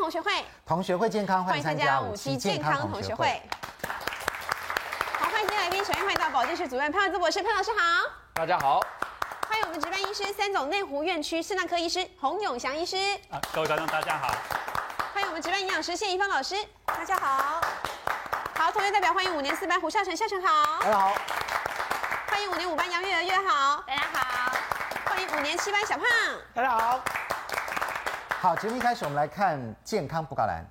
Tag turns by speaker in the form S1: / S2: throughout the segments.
S1: 同学会，
S2: 同学会健康，
S1: 欢迎参加五期健康同学会。好，欢迎今天来宾，首先欢迎到保健室主任潘耀姿博士，潘老师好。
S3: 大家好，
S1: 欢迎我们值班医师三总内湖院区肾脏科医师洪永祥医师，
S4: 啊，各位观众大家好，
S1: 欢迎我们值班营养师谢怡芳老师。
S5: 大家好，
S1: 好，同学代表欢迎五年四班胡孝成，孝成好。
S2: 大家好，
S1: 欢迎五年五班杨月娥，月娥好。
S5: 大家好，
S1: 欢迎五年七班小胖。
S2: 大家好。好，节目一开始我们来看健康布告栏。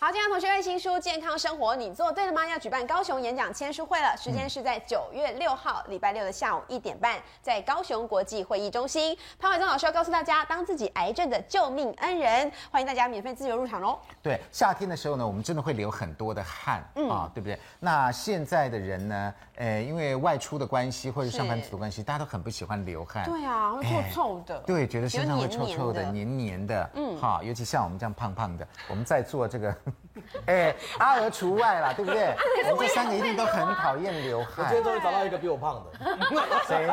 S1: 好，健康同学会新书《健康生活你做对了吗》要举办高雄演讲签书会了，时间是在九月六号礼拜六的下午一点半，在高雄国际会议中心。潘伟忠老师要告诉大家，当自己癌症的救命恩人，欢迎大家免费自由入场哦喽。
S2: 对，夏天的时候呢，我们真的会流很多的汗、
S1: 嗯
S2: 啊，对不对？那现在的人呢，呃，因为外出的关系或者
S1: 是
S2: 上班族的关系，大家都很不喜欢流汗。
S1: 对啊，会
S2: 哎
S1: 臭臭的。
S2: 对，觉得身上会
S1: 觉得
S2: 臭
S1: 黏
S2: 臭的、
S1: 黏的
S2: 黏黏的，
S1: 嗯
S2: 嗯，哈，尤其像我们这样胖胖的，我们在做这个， 哎，阿娥除外啦，对不对？我们这三个一定都很讨厌流
S3: 我
S2: 汗
S3: 今天。终于找到一个比我胖的，
S2: 谁？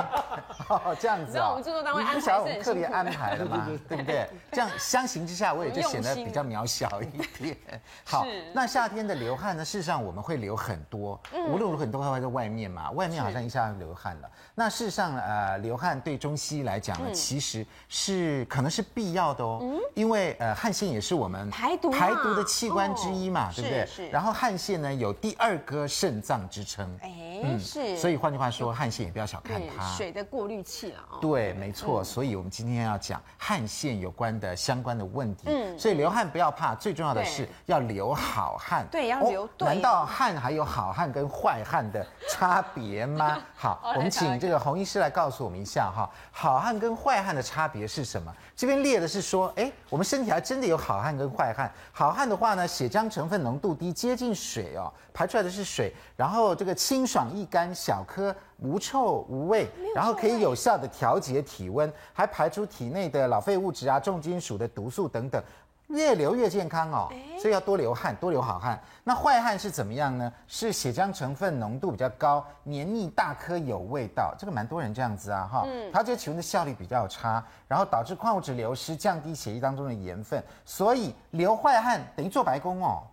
S2: 哦，这样子啊。
S1: 你知道我们制作单位
S2: 你不
S1: 安排
S2: 晓得我
S1: 是很
S2: 们特别
S1: 辛苦的
S2: 安排 的嘛，对不对？这样相形之下，我也就显得比较渺小一 点。 好，那夏天的流汗呢，事实上我们会流很多，
S1: 嗯
S2: 无论如何你都会在外面嘛，外面好像一下就流汗了。那事实上，呃，流汗对中西医来讲
S1: 嗯
S2: 呢，其实是可能是必要的哦，因为呃，汗腺也是我们
S1: 排毒嘛啊
S2: 排毒的器官之一嘛
S1: 哦，
S2: 对不对
S1: 是是？
S2: 然后汗腺呢有第二颗肾脏之称，
S1: 哎，是，
S2: 嗯所以换句话说，汗腺也不要小看
S1: 对
S2: 它。
S1: 水的过滤器了哦。
S2: 对，没错，所以我们今天要讲汗腺有关的相关的问题。
S1: 嗯
S2: 所以流汗不要怕，最重要的
S1: 对
S2: 是要流好汗。
S1: 对要流对
S2: 难道汗还有好汗跟坏汗的差别 吗？好，我们请这个洪医师来告诉我们一下哈，好汗跟坏汗的差别是什么？这边列的是说，哎，我们身体还真的有好汗跟坏汗。好汗的话呢，血浆成分浓度低，接近水哦，排出来的是水，然后这个清爽易干，小颗。无臭无味，然后可以有效的调节体温，还排出体内的老废物质啊、重金属的毒素等等，越流越健康哦。
S1: 哎
S2: 所以要多流汗，多流好汗。那坏汗是怎么样呢？是血浆成分浓度比较高，黏腻大颗有味道，这个蛮多人这样子啊哈。
S1: 嗯
S2: 调节体温的效率比较差，然后导致矿物质流失，降低血液当中的盐分，所以流坏汗等于做白工哦。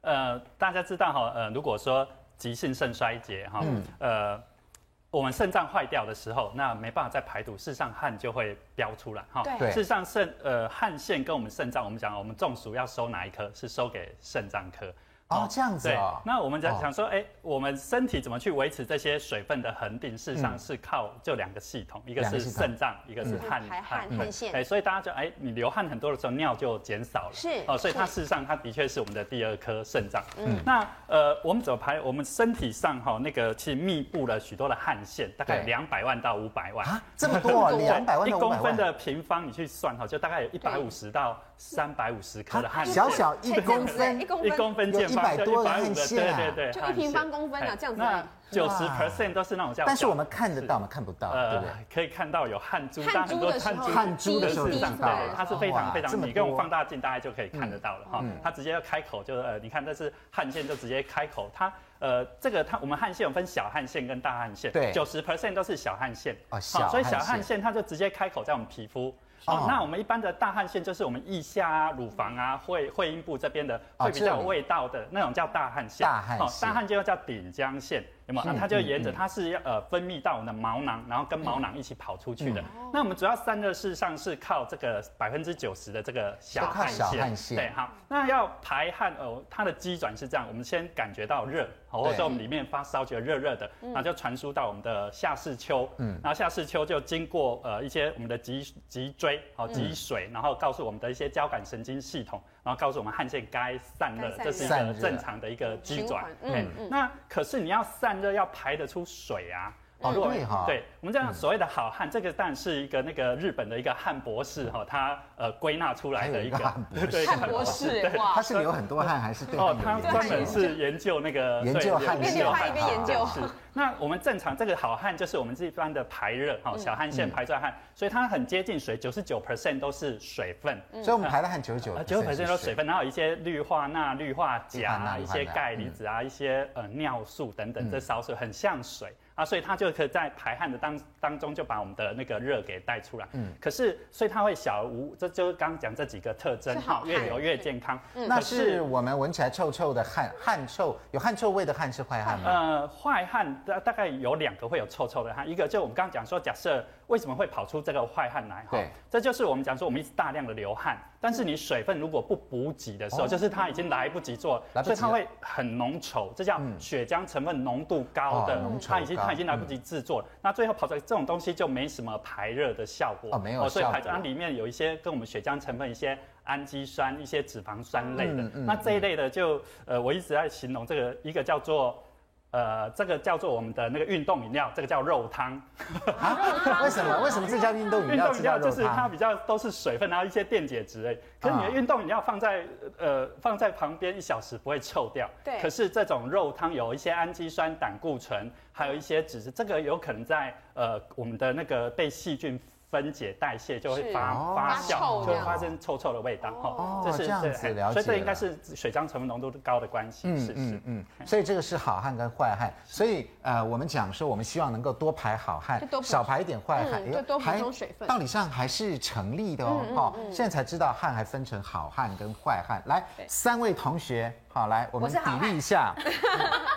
S4: 呃，大家知道哈，呃，如果说急性肾衰竭哈，呃，我们肾脏坏掉的时候，那没办法再排毒，事实上汗就会飙出来哈。
S1: 对
S4: 事实上肾呃汗腺跟我们肾脏，我们讲我们中暑要收哪一颗？是收给肾脏科。
S2: 哦这样子
S4: 对
S2: 哦
S4: 那我们
S2: 哦
S4: 讲想说，哎、我们身体怎么去维持这些水分的恒定？事实上
S2: 嗯
S4: 是靠就两个系统，一个
S2: 两个
S4: 是
S2: 系统
S4: 肾脏，一个是
S1: 嗯
S4: 汗
S1: 排汗汗腺
S4: 哎，所以大家就哎，你流汗很多的时候，尿就减少了。
S1: 是
S4: 哦，所以它
S1: 是
S4: 事实上它的确是我们的第二颗肾脏。嗯，那呃，我们怎么排？我们身体上哈、那个其实密布了许多的汗腺，大概
S2: 对
S4: 两百万到五百万
S2: 啊这么多啊
S4: 对
S2: 200万
S4: 一
S2: 到
S4: 公
S2: 500万
S4: 分的平方，你去算哈，就大概有一百五十到三百五十颗的汗腺。
S2: 啊小小一
S1: 才这样
S2: 公
S1: 子哎
S2: 分
S1: 一，公
S4: 一
S1: 分
S4: 公分
S2: 有
S4: 见方，
S2: 100多个
S4: 150
S2: 汗腺啊
S4: 对对对，
S1: 就一平方公分啊这样子而已
S4: 那九十
S2: 哇
S4: percent 都是那种叫，
S2: 但是我们看得到吗？看不到，对不对？，
S4: 呃可以看到有汗珠，
S1: 汗珠的时候，
S2: 汗珠的时候
S1: 滴出
S2: 就看
S1: 来
S2: 到了
S4: 对，它是非常
S2: 哇
S4: 非
S2: 这
S4: 常，
S2: 么
S4: 你用
S2: 多嗯
S4: 放大镜大概就可以看得到了哈。它直接要开口就是呃，你看这是汗腺就直接开口，它呃这个它我们汗腺有分小汗腺跟大汗腺，
S2: 对
S4: 九十 percent 都是小汗腺，
S2: 哦
S4: 好
S2: 小
S4: 所以
S2: 汗
S4: 小
S2: 腺
S4: 汗腺它就直接开口在我们皮肤。
S2: 哦
S4: 哦，那我们一般的大汗腺就是我们腋下啊、乳房啊、会会阴部这边的
S2: 哦
S4: 会比较
S2: 这里
S4: 有味道的那种叫大汗腺，
S2: 大汗
S4: 哦
S2: 腺
S4: 大汗就叫顶浆腺，有没有？那它就沿着它是要呃分泌到我们的毛囊，然后跟毛囊一起跑出
S1: 哦
S4: 去的。那我们主要散热事实上是靠这个百分之九十的这个小
S2: 就靠
S4: 汗
S2: 小
S4: 腺，
S2: 汗腺
S4: 对，好。那要排汗哦，它的机转是这样，我们先感觉到热，好或者
S2: 对
S4: 说我们里面发烧觉得热热的，
S1: 嗯
S4: 然后就传输到我们的下视丘，嗯，然后下视丘就经过呃一些我们的脊脊椎，好脊髓，然后告诉我们的一些交感神经系统，然后告诉我们汗腺该散热
S1: 该，散热
S4: 这是一
S2: 散
S4: 个
S2: 热
S4: 正常的一个
S2: 啊
S4: 机
S1: 循
S4: 转
S1: 环，
S2: 哎
S4: 对
S1: 嗯嗯
S4: 那可是你要散热要排得出水啊。
S2: 哦对哈嗯
S4: 对我们这样所谓的好汉，这个当然是一个那个日本的一个汉博士哈，他呃归纳出来的一个
S2: 还有一个汉博士
S4: 对
S1: 看博士哎哇
S2: 他，是流很多汗还是对
S4: 哦
S2: 汗，有
S4: 他
S2: 影响
S4: 专门是研究那个
S2: 研究
S4: 呃对
S2: 汗腺
S4: 研究
S2: 啊
S1: 一边流汗一边研究
S4: 是那我们正常这个好汗就是我们一般的排热，
S1: 嗯
S4: 哈，小汗腺排出来汗，所以它很接近水，九十九 percent 都是水分。
S2: 所以我们排了汗九十九
S4: 呃，九十 percent 都是水分，然后有一些氯化钠、氯化钾
S2: 氯化钠
S4: 啊、
S2: 氯
S4: 一
S2: 化钠
S4: 些钙离子啊、一些呃尿素等等，这少数很像水啊，所以它就可以在排汗的当当中就把我们的那个热给带出来。嗯，可是所以它会小而无，这就是刚刚讲这几个特征
S1: 是好嗯
S4: 哈，
S1: 汗
S4: 越流越健康。
S2: 那
S4: 可
S2: 是我们闻起来臭臭的汗，汗臭有汗臭味的汗是坏汗 吗？
S4: 呃，坏汗大大概有两个会有臭臭的汗，一个就我们刚刚讲说，假设为什么会跑出这个坏汗来
S2: 对
S4: 这就是我们讲说我们一直大量的流汗，但是你水分如果不补给的时候，
S2: 哦
S4: 就是它已经来不及做，
S2: 来不及
S4: 所
S2: 了
S4: 以它会很浓稠，这叫血浆成分浓度高的，
S2: 哦浓稠
S4: 它已经
S2: 高
S4: 它已经来不及制作了，那最后跑出来这种东西就没什么排热的效果，
S2: 哦没有
S4: 所以
S2: 效
S4: 排出
S2: 果
S4: 它里面有一些跟我们血浆成分一些。氨基酸、一些脂肪酸类的，那这一类的就呃，我一直在形容这个，一个叫做呃，这个叫做我们的那个运动饮料，这个叫肉汤。
S2: 啊，为什么？为什么这叫运动饮
S4: 运
S2: 料
S4: 动
S2: 吃
S4: 饮
S2: 到
S4: 料
S2: 肉
S4: 就是它
S2: 汤？
S4: 比较都是水分，然后一些电解质而已。可是你
S2: 啊
S4: 的运动饮料放在呃放在旁边一小时不会臭掉。
S1: 对
S4: 可是这种肉汤有一些氨基酸、胆固醇，还有一些脂质，这个有可能在呃我们的那个被细菌。分解代谢就会
S1: 是
S4: 发
S2: 哦
S4: 发
S1: 发臭这
S4: 酵，就会
S1: 样
S4: 发生臭臭的味道
S1: 哦
S4: 哈，
S2: 这样子
S4: 对
S2: 了
S4: 所以
S2: 解
S4: 这应该
S2: 了
S4: 是水浆成分浓度高的关系，是是。
S2: 嗯，所以这个是好汗跟坏汗，所以呃，我们讲说我们希望能够多排好汗
S1: 就多，补
S2: 少排一点坏汗，
S1: 嗯就多补
S2: 还
S1: 充水分
S2: 道理上还是成立的哦，哈、现在才知道汗还分成好汗跟坏汗。来，三位同学，好，来我们
S5: 我是
S2: 比
S5: 好汉
S2: 例一下，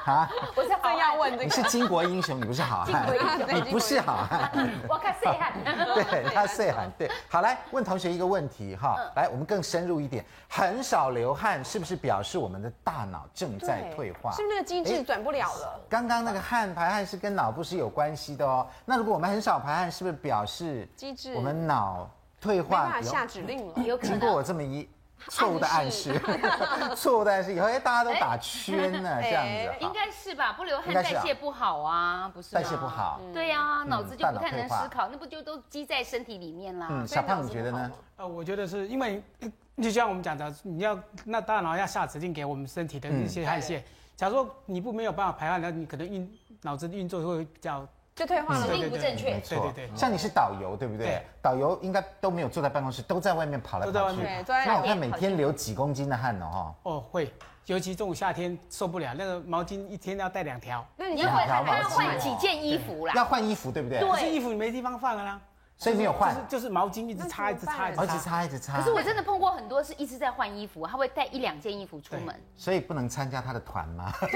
S2: 啊，
S5: 我是好
S1: 正要
S5: 汉，
S1: 问这
S2: 你
S1: 个，
S2: 是巾帼英雄，你不是好汉
S1: 巾帼英，雄
S2: 你不是好汉。
S5: 我看谁 汉。
S2: 对，他岁寒。对，好来问同学一个问题哈，
S1: 嗯
S2: 来我们更深入一点，很少流汗是不是表示我们的大脑正在
S1: 对
S2: 退化？哎
S1: 是不是那个机制
S2: 诶
S1: 转不了了？
S2: 刚刚那个汗排汗是跟脑部是有关系的哦。那如果我们很少排汗，是不是表示
S1: 机制
S2: 我们脑退
S1: 没办
S2: 化
S1: 法
S2: 哎有
S1: 下指令了。
S5: 有可
S2: 经过
S5: 能，
S2: 我这么一错误的暗示， 错误的暗示以后，哎，大家都打圈呢，这样
S1: 哎
S2: 子
S5: 应
S2: 哈，
S5: 该是吧？不流
S2: 应
S5: 汗
S2: 该是
S5: 代
S2: 啊
S5: 谢不好啊，不是吗
S2: 代谢不。好。
S1: 嗯
S2: 嗯
S5: 对呀，脑子就
S2: 大
S5: 不
S2: 脑
S5: 太
S2: 退
S5: 能
S2: 化
S5: 思考，那不就都积在身体里面啦
S2: 嗯，？小胖
S1: 啊
S2: 你
S1: 所以脑子
S2: 觉得
S1: 不好
S2: 呢
S1: 吗？
S6: 呃，我觉得是因为，呃就像我们讲的，你要那大脑要下指令给我们身体的那
S2: 嗯
S6: 些汗腺。假如说你不没有办法排汗，那你可能运脑子运作会比较
S1: 就退化了
S5: 指
S1: 吗
S6: 嗯？
S5: 令不正
S2: 没
S5: 确。
S2: 错
S6: 对对，对
S2: 像你是导游对不对
S6: 对？
S2: 导游应该都没有坐在办公室，都在外面跑来
S6: 都在
S2: 跑
S6: 外
S2: 去
S1: 对，
S6: 面。
S1: 坐在
S2: 那
S1: 那
S2: 我
S1: 边
S2: 看每天流几公斤的汗哦，哈。
S6: 哦会，尤其这种夏天受不了，那个毛巾一天要带两条，
S1: 那
S5: 你
S1: 你
S5: 要
S1: 就
S5: 换，
S2: 好
S5: 他要
S2: 好
S5: 换几件衣服啦
S2: 要。换衣服对不对？
S5: 对
S6: 可是衣服你没地方放了啦，
S2: 所以没有换
S6: 就是，就是毛巾一直擦
S1: 那
S6: 一
S1: 怎
S6: 直
S1: 么办
S6: 擦一
S2: 哦一
S6: 直
S2: 直
S6: 擦。
S2: 擦一直擦。
S5: 可是我真的碰过很多是一直在换衣服，他会带一两件衣服出门。
S2: 所以不能参加他的团吗？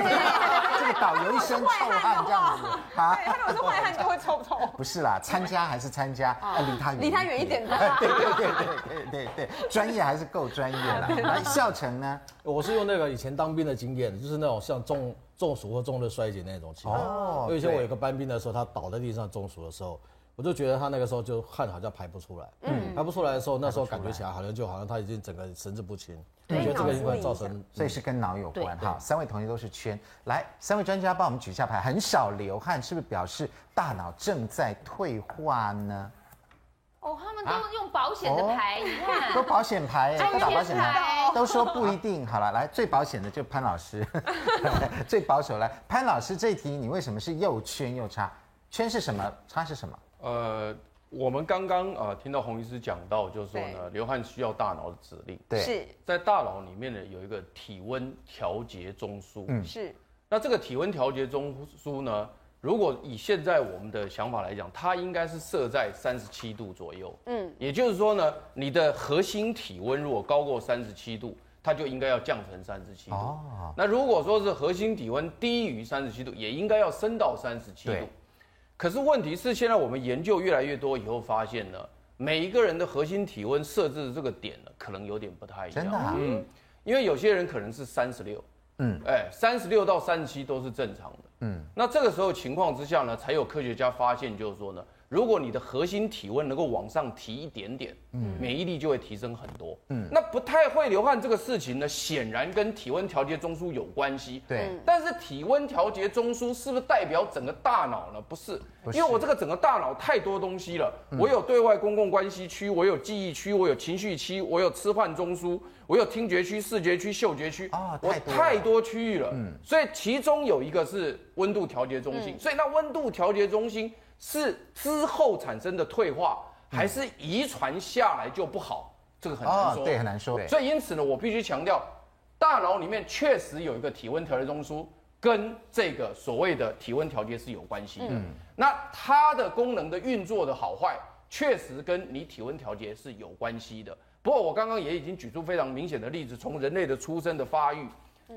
S2: 这个导游一身臭汗这样子啊？
S1: 对，他如果是坏汗就会臭臭。
S2: 不是啦，参加还是参加，啊离他远，
S1: 离他远一点
S2: 对对对对对对对，专业还是够专业啦。来，笑成呢？
S3: 我是用那个以前当兵的经验，就是那种像中中暑或中热衰竭那种情
S2: 哦
S3: 况。有以前
S2: 对
S3: 我有个班兵的时候，他倒在地上中暑的时候，我就觉得他那个时候就汗好像排不出来，排不出来的时候，那时候感觉起来好像就好像他已经整个神志不清，我觉得这个应该造成嗯
S2: 所以是跟脑有关哈。三位同学都是圈，来，三位专家帮我们举一下牌，很少流汗，是不是表示大脑正在退化呢？
S5: 哦，他们都用保险的牌，你
S2: 都
S5: 看。
S2: 保险牌哎，
S5: 哎
S2: 都啊哦打保险牌
S5: 哎，
S2: 都说不一定。好了，来最保险的就潘老师，最保守来，潘老师这题你为什么是又圈又叉？圈是什么？叉是什么？
S7: 呃，我们刚刚呃听到洪医师讲到，就是说呢，流汗需要大脑的指令，
S2: 对
S1: 是
S7: 在大脑里面呢有一个体温调节中枢。嗯，
S1: 是，
S7: 那这个体温调节中枢呢，如果以现在我们的想法来讲，它应该是设在三十七度左右。
S1: 嗯
S7: 嗯，也就是说呢，你的核心体温如果高过三十七度，它就应该要降成三十七度。
S2: 哦
S7: 那如果说是核心体温低于三十七度，也应该要升到三十七
S2: 对
S7: 度。可是问题是，现在我们研究越来越多以后发现呢，每一个人的核心体温设置的这个点呢，可能有点不太一样。
S2: 真的啊
S7: 嗯，因为有些人可能是三十六，嗯，哎，三十六到三十七都是正常的。嗯，那这个时候情况之下呢，才有科学家发现，就是说呢，如果你的核心体温能够往上提一点点，免疫力就会提升很多。那不太会流汗这个事情呢，显然跟体温调节中枢有关系。
S2: 对
S7: 但是体温调节中枢是不是代表整个大脑呢？不是，
S2: 不是嗯
S7: 因为我这个整个大脑太多东西了，我有对外公共关系区，我有记忆区，我有情绪区，我有吃饭中枢，我有听觉区、视觉区、嗅觉区，
S2: 哦
S7: 我
S2: 太多了嗯
S7: 太多区域了。所以其中有一个是温度调节中心，所以那温度调节中心是之后产生的退化，还是遗传下来就不好？这嗯个很难
S2: 哦
S7: 说。，
S2: 对，很难说。
S7: 所以因此呢，我必须强调，大脑里面确实有一个体温调节中枢，跟这个所谓的体温调节是有关系的。那它的功能的运作的好坏，确实跟你体温调节是有关系的。不过我刚刚也已经举出非常明显的例子，从人类的出生的发育，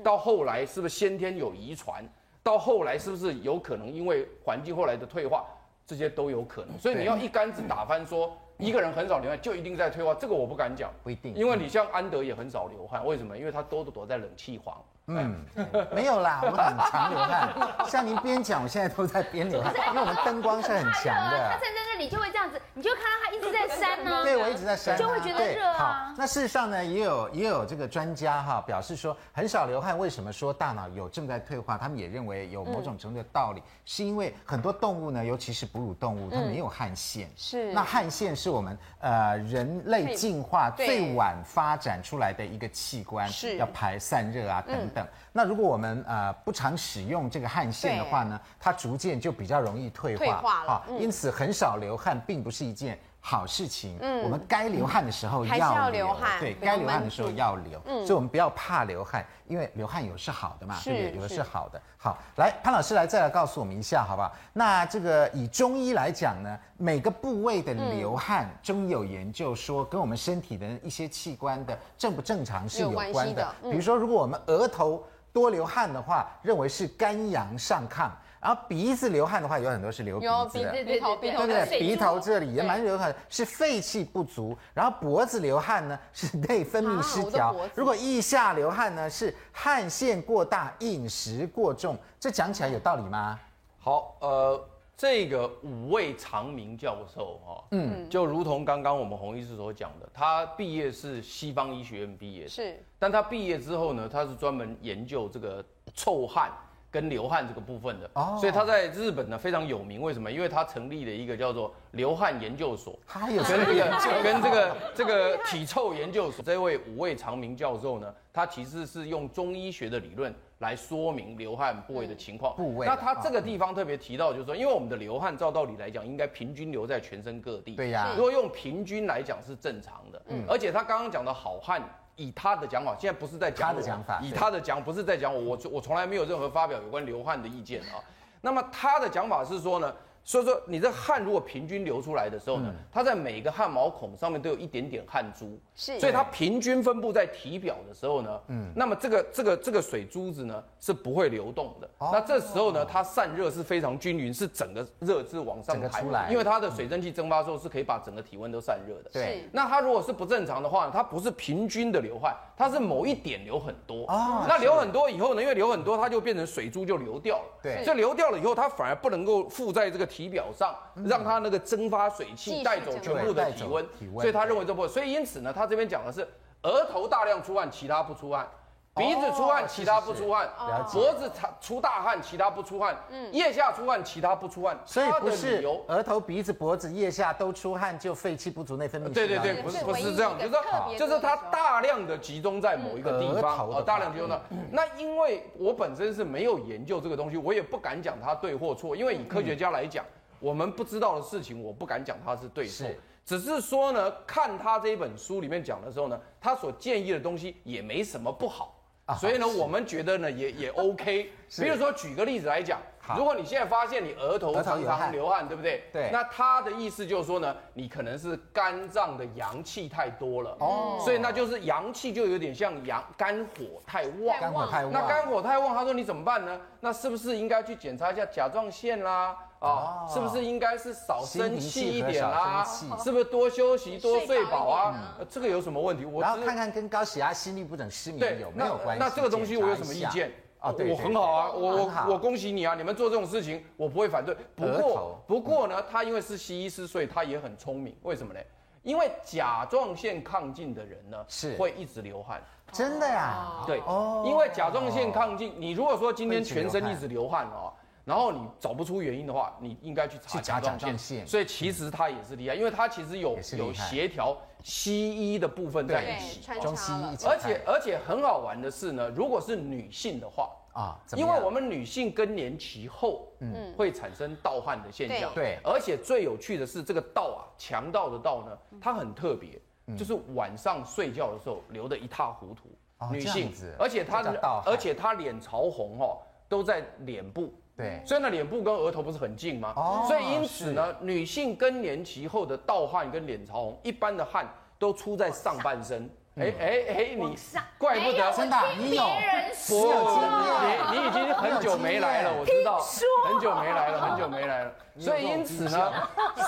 S7: 到后来是不是先天有遗传，到后来是不是有可能因为环境后来的退化，这些都有可能。所以你要一竿子打翻说。一个人很少流汗，就一定在退化，这个我不敢讲，
S2: 不一定
S7: 因为你像安德也很少流汗，为什么？因为他都躲在冷气房。哎
S2: 嗯，没有啦，我很常流汗。像您边讲，我现在都在边流汗，因为我们灯光是很强
S5: 他
S2: 的
S5: 站。在那里就会这样子，你就看到他一直在扇呢、
S2: 对，我一直在扇啊，
S5: 就会觉得
S2: 对
S5: 热啊
S2: 好，那事实上呢，也有也有这个专家哈表示说，很少流汗，为什么说大脑有正在退化？他们也认为有
S5: 嗯
S2: 某种程度的道理，是因为很多动物呢，尤其是哺乳动物，它
S5: 嗯
S2: 没有汗腺。
S1: 是
S2: 那汗腺是我们呃人类进化
S1: 对
S2: 最晚发展出来的一个器官，
S1: 是嗯
S2: 要排散热啊等等。那如果我们呃不常使用这个汗腺的话呢，它逐渐就比较容易退化。
S1: 退化了嗯
S2: 啊因此很少流汗并不是一件。好事情，我们该流汗的时候
S1: 嗯还是
S2: 要
S1: 要
S2: 流，
S1: 流汗
S2: 对
S1: 不要
S2: 该流汗的
S1: 闷
S2: 时候要流，所以我们不要怕流汗，因为流汗有是好的嘛，
S1: 嗯是
S2: 对不对？有的是
S1: 是
S2: 好的。好，来潘老师来再来告诉我们一下，好不好？那这个以中医来讲呢，每个部位的
S1: 嗯
S2: 流汗，中医有研究说跟我们身体的一些器官的正不正常是
S1: 有
S2: 有
S1: 关系
S2: 关的
S1: 的。嗯
S2: 比如说，如果我们额头多流汗的话，认为是肝阳上亢。然后鼻子流汗的话，有很多是流鼻
S1: 有
S2: 子
S1: 鼻
S2: 的，
S1: 子、鼻头、鼻头
S2: 对不
S1: 的
S2: 对？
S1: 水
S2: 鼻
S1: 珠
S2: 头这里也蛮流汗，是肺气不足；然后脖子流汗呢是内分泌失
S1: 啊我
S2: 调
S1: 的脖子；
S2: 如果腋下流汗呢是汗腺过大、饮食过重。这讲起来有道理吗？
S7: 好，呃，这个五位长明教授哦，嗯，就如同刚刚我们洪医师所讲的，他毕业是西方医学院毕业的，
S1: 是
S7: 但他毕业之后呢，他是专门研究这个臭汗跟流汗这个部分的，
S2: 哦
S7: 所以他在日本呢非常有名。为什么？因为他成立了一个叫做流汗研究所，
S2: 他还有这
S7: 跟这
S2: 个
S7: 个 跟这个这个体臭研究所这位五位长明教授呢，他其实是用中医学的理论来说明流汗部位的情况。
S2: 部位
S7: 那他这个地方特别提到，就是说，因为我们的流汗照道理来讲，应该平均流在全身各地。
S2: 嗯对呀嗯
S7: 如果用平均来讲是正常的。而且他刚刚讲的好汉。以他的讲法，现在不是在讲
S2: 他的
S7: 我
S2: 讲法
S7: 以
S2: 对
S7: 他的讲不是在讲我，我我从来没有任何发表有关流汗的意见啊。那么他的讲法是说呢，所以说你这汗如果平均流出来的时候
S2: 嗯
S7: 呢，它在每个汗毛孔上面都有一点点汗珠，
S1: 是
S7: 所以它平均分布在体表的时候呢，嗯，那么这个这个这个水珠子呢是不会流动的。
S2: 哦
S7: 那这时候呢，它散热是非常均匀，是整个热是往上
S2: 整个
S7: 排
S2: 出来
S7: 因为它的水蒸气蒸发之后是可以把整个体温都散热的。
S2: 对
S1: 嗯
S7: 那它如果是不正常的话，它不是平均的流汗，它是某一点流很多。
S2: 哦
S7: 那流很多以后呢，因为流很多，它就变成水珠就流掉了。
S2: 对
S7: 这流掉了以后，它反而不能够附在这个体表上，
S2: 嗯
S7: 让它那个蒸发水
S1: 继
S7: 汽
S1: 续
S7: 带走
S1: 蒸
S7: 全部的
S2: 对
S7: 体温
S2: 带走体。温
S7: 所以他认为这不，所以因此呢，他这边讲的是额头大量出汗，其他不出汗。鼻子出汗，
S2: 哦
S7: 其他不出汗；
S2: 是是了解
S7: 脖子出大汗，其他不出汗；
S1: 嗯
S7: 腋下出汗，其他不出汗。
S2: 所以
S7: 他
S2: 不
S7: 的理
S2: 是
S7: 由
S2: 额头、鼻子、脖子、腋下都出汗就肺气不足、内分泌失
S7: 对呃对
S1: 是
S2: 调
S7: 对，不是
S1: 是
S7: 不
S1: 唯一
S7: 是这样，
S1: 一
S7: 就
S1: 个
S7: 是说
S1: 特别的
S7: 就是它
S1: 地方
S7: 大量的集中在某一个地
S2: 额头
S7: 方，
S2: 的话
S7: 哦，大量集中到。
S2: 嗯
S7: 那因为我本身是没有研究这个东西，我也不敢讲它对或错，因为以科学家来讲，我们不知道的事情，我不敢讲它是对错
S2: 是。
S7: 只是说呢，看他这本书里面讲的时候呢，他所建议的东西也没什么不好，
S2: 啊
S7: 所以呢，我们觉得呢也也 OK。比如说举个例子来讲，如果你现在发现你额头
S2: 额头
S7: 常
S2: 有
S7: 常
S2: 汗
S7: 流汗，对不对？
S2: 对
S7: 那他的意思就是说呢，你可能是肝脏的阳气太多了，
S2: 哦
S7: 所以那就是阳气就有点像阳肝火太旺。
S2: 肝火太
S7: 那
S2: 旺，
S7: 肝火太旺，他说你怎么办呢？那是不是应该去检查一下甲状腺啦？啊，
S2: 哦
S7: 是不是应该是少生气一点啦
S2: 心平气和少生气？
S7: 是不是多休息、多
S1: 睡
S7: 睡饱
S1: 饱一点
S7: 啊？呃这个有什么问题？我
S2: 然后
S7: 只是
S2: 看看跟高血压、心律不整、失眠
S7: 对
S2: 有没有关系？
S7: 那那这个东西我有什么意
S2: 检查一下？
S7: 见？
S2: 啊对
S7: 我
S2: 对
S7: 很好啊，我
S2: 很好
S7: 我我恭喜你啊，你们做这种事情我不会反对。不
S2: 额
S7: 过
S2: 头嗯
S7: 不过呢，他因为是西医师，所以他也很聪明。为什么呢？因为甲状腺亢进的人呢，
S2: 是
S7: 会一直流汗。
S2: 真的呀，
S7: 对，
S2: 哦
S7: 因为甲状腺亢进，你如果说今天
S2: 会一直流
S7: 全
S2: 汗
S7: 身一直流汗哦，然后你找不出原因的话，你应该去查
S2: 去查
S7: 甲状
S2: 甲状
S7: 腺。
S2: 腺嗯
S7: 所以其实它也是厉害，因为它其实有
S2: 也是厉害
S7: 有协调西医的部分在一
S1: 对，
S7: 起。
S1: 穿
S2: 中
S1: 插
S2: 西医
S1: 了
S2: 一。起
S7: 而且而且很好玩的是呢，如果是女性的话，
S2: 啊，怎么
S7: 因
S2: 样
S7: 为我们女性更年期后，嗯，会产生盗汗的现象。
S2: 对对
S7: 而且最有趣的是，这个盗啊，强盗的盗呢，
S2: 嗯
S7: 它很特别，就是晚上睡觉的时候流的一塌糊涂。
S2: 哦
S7: 女
S2: 这
S7: 性
S2: 样子，
S7: 而且她
S2: 这叫盗汗
S7: 而且她脸潮红哦，都在脸部。
S2: 对
S7: 所以呢，脸部跟额头不是很近吗？
S2: 哦
S7: 所以因此呢，女性更年期后的盗汗跟脸潮红，一般的汗都出在上半身。
S2: 嗯
S7: 哎哎哎，你
S5: 往上
S7: 怪不
S5: 没有
S7: 得
S5: 我
S2: 真的啊
S5: 听
S2: 你有
S5: 别人
S8: 啊哦
S2: 你
S5: 说，
S2: 有经验，
S7: 你你已经很久没来了，我知道，很久没来了，很久没来了。所以因此呢，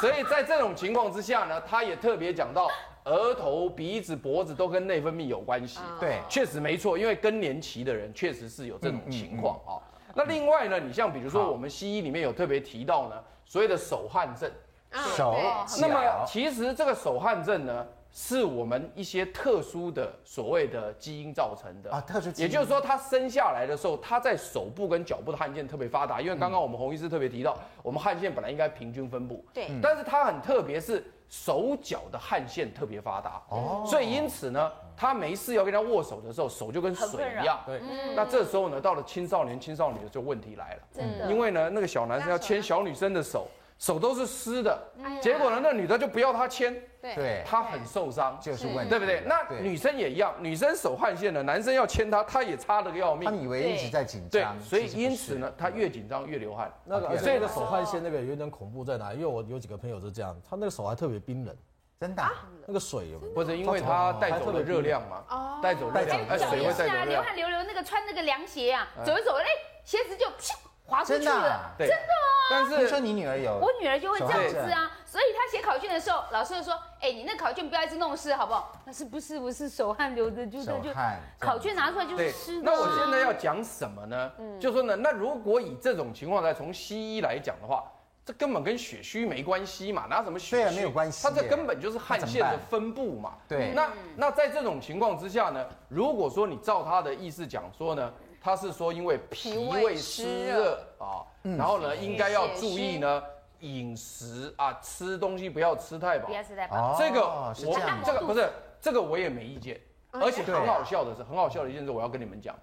S7: 所以在这种情况之下呢，他也特别讲到额头、鼻子、脖子都跟内分泌有关系。
S2: 对
S7: 确实没错，因为更年期的人确实是有这种情况啊、那另外呢，你像比如说我们西医里面有特别提到呢，所谓的手汗症。
S1: 啊
S2: 手
S1: 对
S2: 脚
S7: 那么其实这个手汗症呢，是我们一些特殊的所谓的基因造成的
S2: 啊特殊基因
S7: 也就是说，他生下来的时候，他在手部跟脚部的汗腺特别发达，因为刚刚我们洪医师特别提到，我们汗腺本来应该平均分布，
S1: 对嗯
S7: 但是它很特别是。手脚的汗腺特别发达，哦，所以因此呢，他没事要跟人家握手的时候，手就跟
S5: 很
S7: 水
S5: 困扰
S7: 一样。
S3: 对
S7: 那这时候呢，到了青少年，青少年就问题来了。
S5: 真的
S7: 因为呢，那个小男生要牵小女生的手，手都是湿的，结果呢，那女的就不要他牵，
S1: 对
S2: 对
S7: 他很受伤，
S2: 就是问题，
S7: 对不对？那女生也一样，女生手汗腺呢，男生要牵她，她也擦得个要
S2: 他们
S7: 命，
S2: 以为一直在紧
S7: 对
S2: 张，，
S7: 所以
S2: 其实不
S7: 因此
S2: 是
S7: 呢，她越紧张越流汗。
S3: 那
S2: 啊
S3: 个，
S2: 对
S3: 而且那个手汗腺那个有点恐怖在哪？因为我有几个朋友是这样，他那个手还特别冰冷，
S2: 真的啊
S3: 那个水有没有？
S7: 不是因为她带走了热量
S1: 哦
S7: 嘛，带走热量，
S2: 带
S7: 哎，
S2: 走
S5: 走
S7: 水
S5: 一
S7: 会带
S2: 啊
S7: 走热
S5: 下啊流
S7: 量。
S5: 汗流流，那个穿那个凉鞋啊，走一走，哎，鞋子就咻滑出
S2: 真
S5: 去
S2: 的
S5: 了。
S2: 啊，
S7: 对，真的哦。但
S2: 听说
S7: 是
S2: 你女儿有
S5: 我女儿就会这样子
S2: 手汗
S5: 啊，所以她写考卷的时候，老师就说：“哎、你那考卷不要一直弄湿，好不好？”她是不是不是手汗流的，就
S2: 手
S5: 那就
S2: 汗
S5: 考卷拿出来就是
S7: 对
S5: 湿，的、
S7: 那我现在要讲什么呢？就说呢，那如果以这种情况来从西医来讲的话，这根本跟血虚没关系嘛，拿什么血虚？
S2: 对啊没有关系
S7: 它
S2: 耶
S7: 这根本就是汗腺
S2: 那
S7: 的
S2: 怎么
S7: 分布嘛。
S2: 对
S7: 那那在这种情况之下呢，如果说你照他的意思讲说呢，他是说因为脾胃湿热啊，
S2: 嗯
S7: 然后呢应该要注意呢饮食啊，吃东西不要吃太饱
S5: 不，要吃太饱。
S2: 哦
S7: 这个
S2: 是
S7: 我
S2: 这样
S7: 这
S2: 子
S7: 个不是这个我也没意见，
S5: 哦
S7: 而且
S2: 对啊
S7: 很好笑的是，很好笑的一件事，我要跟你们讲，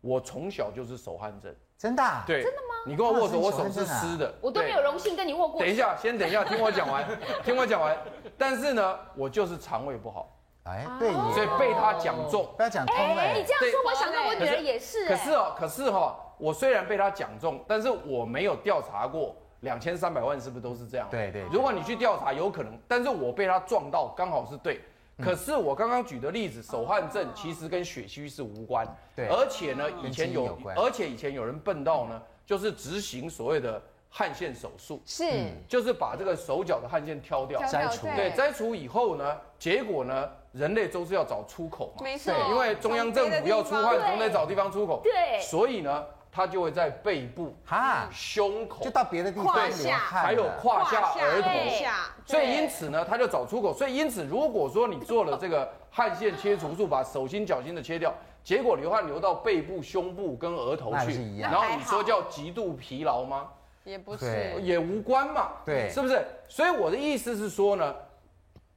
S7: 我从小就是手汗症，
S2: 真的啊
S7: 对，真的吗？你跟我握手，我手是湿的，
S5: 我都没有荣幸跟你握
S7: 对。
S5: 过
S7: 等一下，先等一下，听我讲完，听我讲完。但是呢，我就是肠胃不好，
S2: 哎对耶，
S7: 所以被他讲中。
S2: 不要讲
S5: 哎、
S2: 通了
S5: 你
S2: 耶，
S5: 这样说，
S7: 对
S5: 我想到我女儿也是、哎
S7: 可是哦，可是哈、我虽然被他讲中，但是我没有调查过两千三百万是不是都是这样？
S2: 对对对
S7: 如果你去调查，有可能，但是我被他撞到，刚好是对。
S2: 嗯
S7: 可是我刚刚举的例子，手汗症其实跟血虚是无关，
S2: 对
S7: 而且呢，以
S2: 跟基
S7: 前
S2: 因
S7: 有，
S2: 有关
S7: 而且以前有人笨到呢，就是执行所谓的汗腺手术，
S1: 是
S7: 就是把这个手脚的汗腺挑掉，
S1: 交
S2: 摘
S1: 掉
S2: 除
S7: 对，摘除以后呢，结果呢，人类都是要找出口嘛，
S1: 没错
S7: 对因为中央政府要出
S1: 从别的地，
S7: 汗总
S5: 方
S7: 得找地方出口，
S5: 对
S7: 所以呢，它就会在背部、
S2: 哈，
S7: 胸口
S2: 就，到别的地
S1: 胯
S2: 方
S1: 下
S2: 流汗了，
S7: 还有胯下、儿
S5: 对
S7: 童，
S1: 下，哎
S7: 所以因此呢，它就找出口，所以因此，如果说你做了这个汗腺切除术，把手心、脚心的切掉。结果流汗流到背部、胸部跟额头
S2: 那是
S7: 去
S2: 一，样
S7: 然后你说叫极度疲劳吗？
S1: 也不
S2: 对
S1: 是
S7: 也无关嘛，
S2: 对
S7: 是不是？所以我的意思是说呢，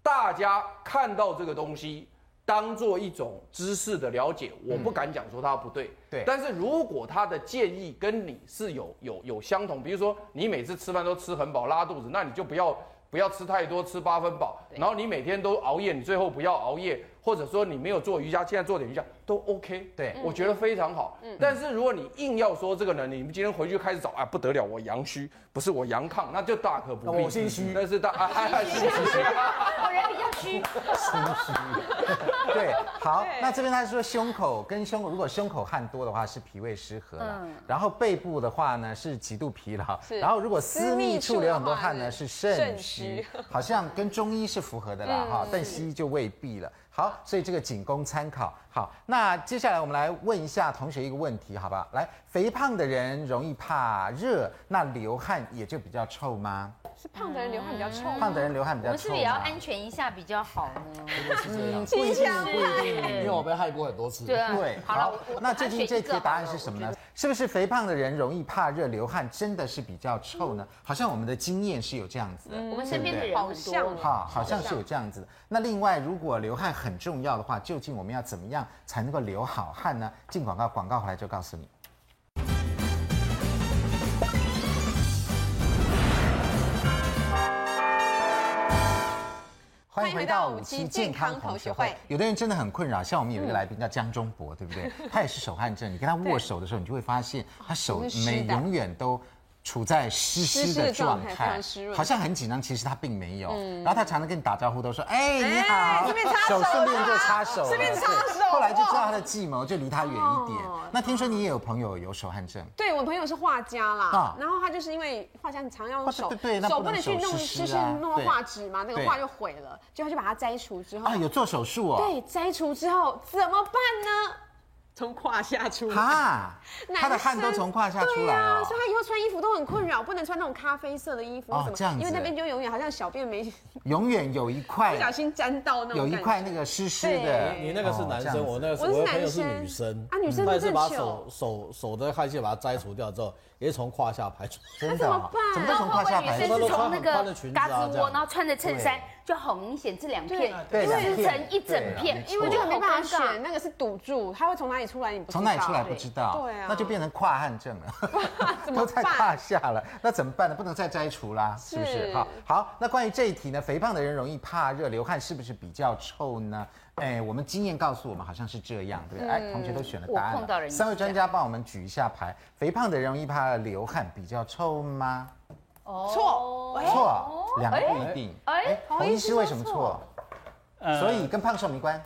S7: 大家看到这个东西，当做一种知识的了解，我不敢讲说它不对，
S2: 对
S7: 但是如果他的建议跟你是有有有相同，比如说你每次吃饭都吃很饱拉肚子，那你就不要。不要吃太多，吃八分饱。然后你每天都熬夜，你最后不要熬夜，或者说你没有做瑜伽，现在做点瑜伽都 OK。
S2: 对
S7: 我觉得非常好。但是如果你硬要说这个呢，你们今天回去开始找啊，不得了，我阳虚，不是我阳亢，那就大可不必。
S3: 那我心虚
S7: 但是大啊，心虚。
S5: 我人比较虚，
S2: 对，好
S1: 对，
S2: 那这边他说胸口跟胸口，如果胸口汗多的话是脾胃失和了，
S5: 嗯
S2: 然后背部的话呢是极度疲劳
S1: 是，
S2: 然后如果私密处流很多汗呢
S1: 私
S2: 是
S1: 密处的话
S2: 肾
S1: 是
S5: 嗯
S2: 虚，好像跟中医是符合的啦哈，但西医就未必了。好，所以这个仅供参考。好，那接下来我们来问一下同学一个问题，好不好？来，肥胖的人容易怕热，那流汗也就比较臭吗？
S1: 是胖的人流汗比较臭吗？
S2: 胖的人流汗比较
S5: 嗯我们是
S2: 臭
S5: 不是也要
S2: 吗？
S5: 安全一下比较好呢？
S3: 是这样，
S1: 清香
S5: 不一定
S3: 因为我被害过很多次。
S5: 对啊，
S2: 哎对，
S5: 好了，我我
S2: 那最近这题
S5: 个
S2: 答案是什么呢？？是不是肥胖的人容易怕热，流汗真的是比较臭呢？好像我们的经验是有这样子的。
S5: 我们身边的人
S1: 好
S5: 很
S1: 像
S5: 多，
S2: 哈，好像是有这样子的。那另外，如果流汗很重要的话，究竟我们要怎么样才能够流好汗呢？进广告，广告回来就告诉你。欢迎回到五期健康同学会。有的人真的很困扰，像我们有一个来宾叫江中博，对不 对？他也是手汗症。你跟他握手的时候，你就会发现他手
S1: 是湿
S2: 每
S1: 的
S2: 永远都处在湿
S1: 湿
S2: 湿
S1: 湿的
S2: 的
S1: 状
S2: 状
S1: 态非
S2: 态
S1: 常湿，润
S2: 好像很紧张，其实他并没有。然后他常常跟你打招呼都说：“哎，你好。”
S1: 顺便擦手
S2: 手，
S1: 啦
S2: 顺便就擦手了，
S1: 顺便擦手
S2: 对后来就知道他的计谋，就离他远一点
S1: 哦。
S2: 那听说你也有朋友有手汗症，
S1: 对我朋友是画家啦，
S2: 啊
S1: 然后他就是因为画家，你常要用手，
S2: 哦对对对那
S1: 手
S2: 不能
S1: 去
S2: 手
S1: 弄，就
S2: 湿湿
S1: 是
S2: 啊
S1: 弄到
S2: 对
S1: 画纸嘛，那个
S2: 对
S1: 画就毁了，就他就把它摘除之后，
S2: 啊，有做手术哦。
S1: 对，摘除之后怎么办呢？从胯下出
S2: 哈，他的汗都从胯下出
S1: 对
S2: 来
S1: 啊，
S2: 哦
S1: 所。以他以后穿衣服都很困扰，不能穿那种咖啡色的衣服
S2: 哦
S1: 或什么，
S2: 这样子
S1: 因为那边就永远好像小便没不
S2: 永远有一块，
S1: 小心沾到那种
S2: 有一
S1: 感觉
S2: 块那个湿湿的
S1: 对。
S3: 你那个是男生，
S2: 哦
S3: 我那个是
S1: 我是
S3: 我的朋友是
S1: 男生
S3: 女生嗯
S1: 啊女生
S3: 她也
S1: 不
S3: 是
S1: 正
S3: 把
S1: 确
S3: 手手手的汗腺把它摘除掉之后，也是从胯下排出。
S2: 这样真的哦
S1: 那怎么办
S2: 怎么都从胯下排
S5: 女
S2: 出
S5: 生
S2: 来
S5: 是？从那个嘎
S3: 啊
S5: 吱
S3: 这
S5: 窝，
S3: 样
S5: 然后穿着衬衫，就好明显这两片
S2: 对对
S5: 撕
S2: 两片
S5: 成一整片，
S2: 对啊
S1: 因为
S5: 我
S1: 就
S5: 觉
S1: 很
S5: 得
S1: 没
S5: 好
S1: 办法
S5: 尴尬
S1: 选，。那个是堵住，它会从哪里出来，你不知道
S2: 从哪里出来不知道，
S1: 对啊
S2: 那就变成跨汗症 了，
S1: 怎么
S2: 都在
S1: 办
S2: 胯下了，那怎么办呢？不能再摘除 啦，是不是？
S1: 是
S2: 好，好，那关于这一题呢，肥胖的人容易怕热，流汗是不是比较臭呢？哎，我们经验告诉我们好像是这样，对不对？哎，同学都选了答案
S5: 嗯我
S2: 了，
S5: 碰到人也是
S2: 三位专家帮我们举一下牌，肥胖的人容易怕流汗，比较臭吗？
S1: 错
S5: 哦
S2: 错，两个不一定。
S5: 哎，
S2: 洪医师为什么错？
S4: 呃
S2: 所以跟胖瘦没关。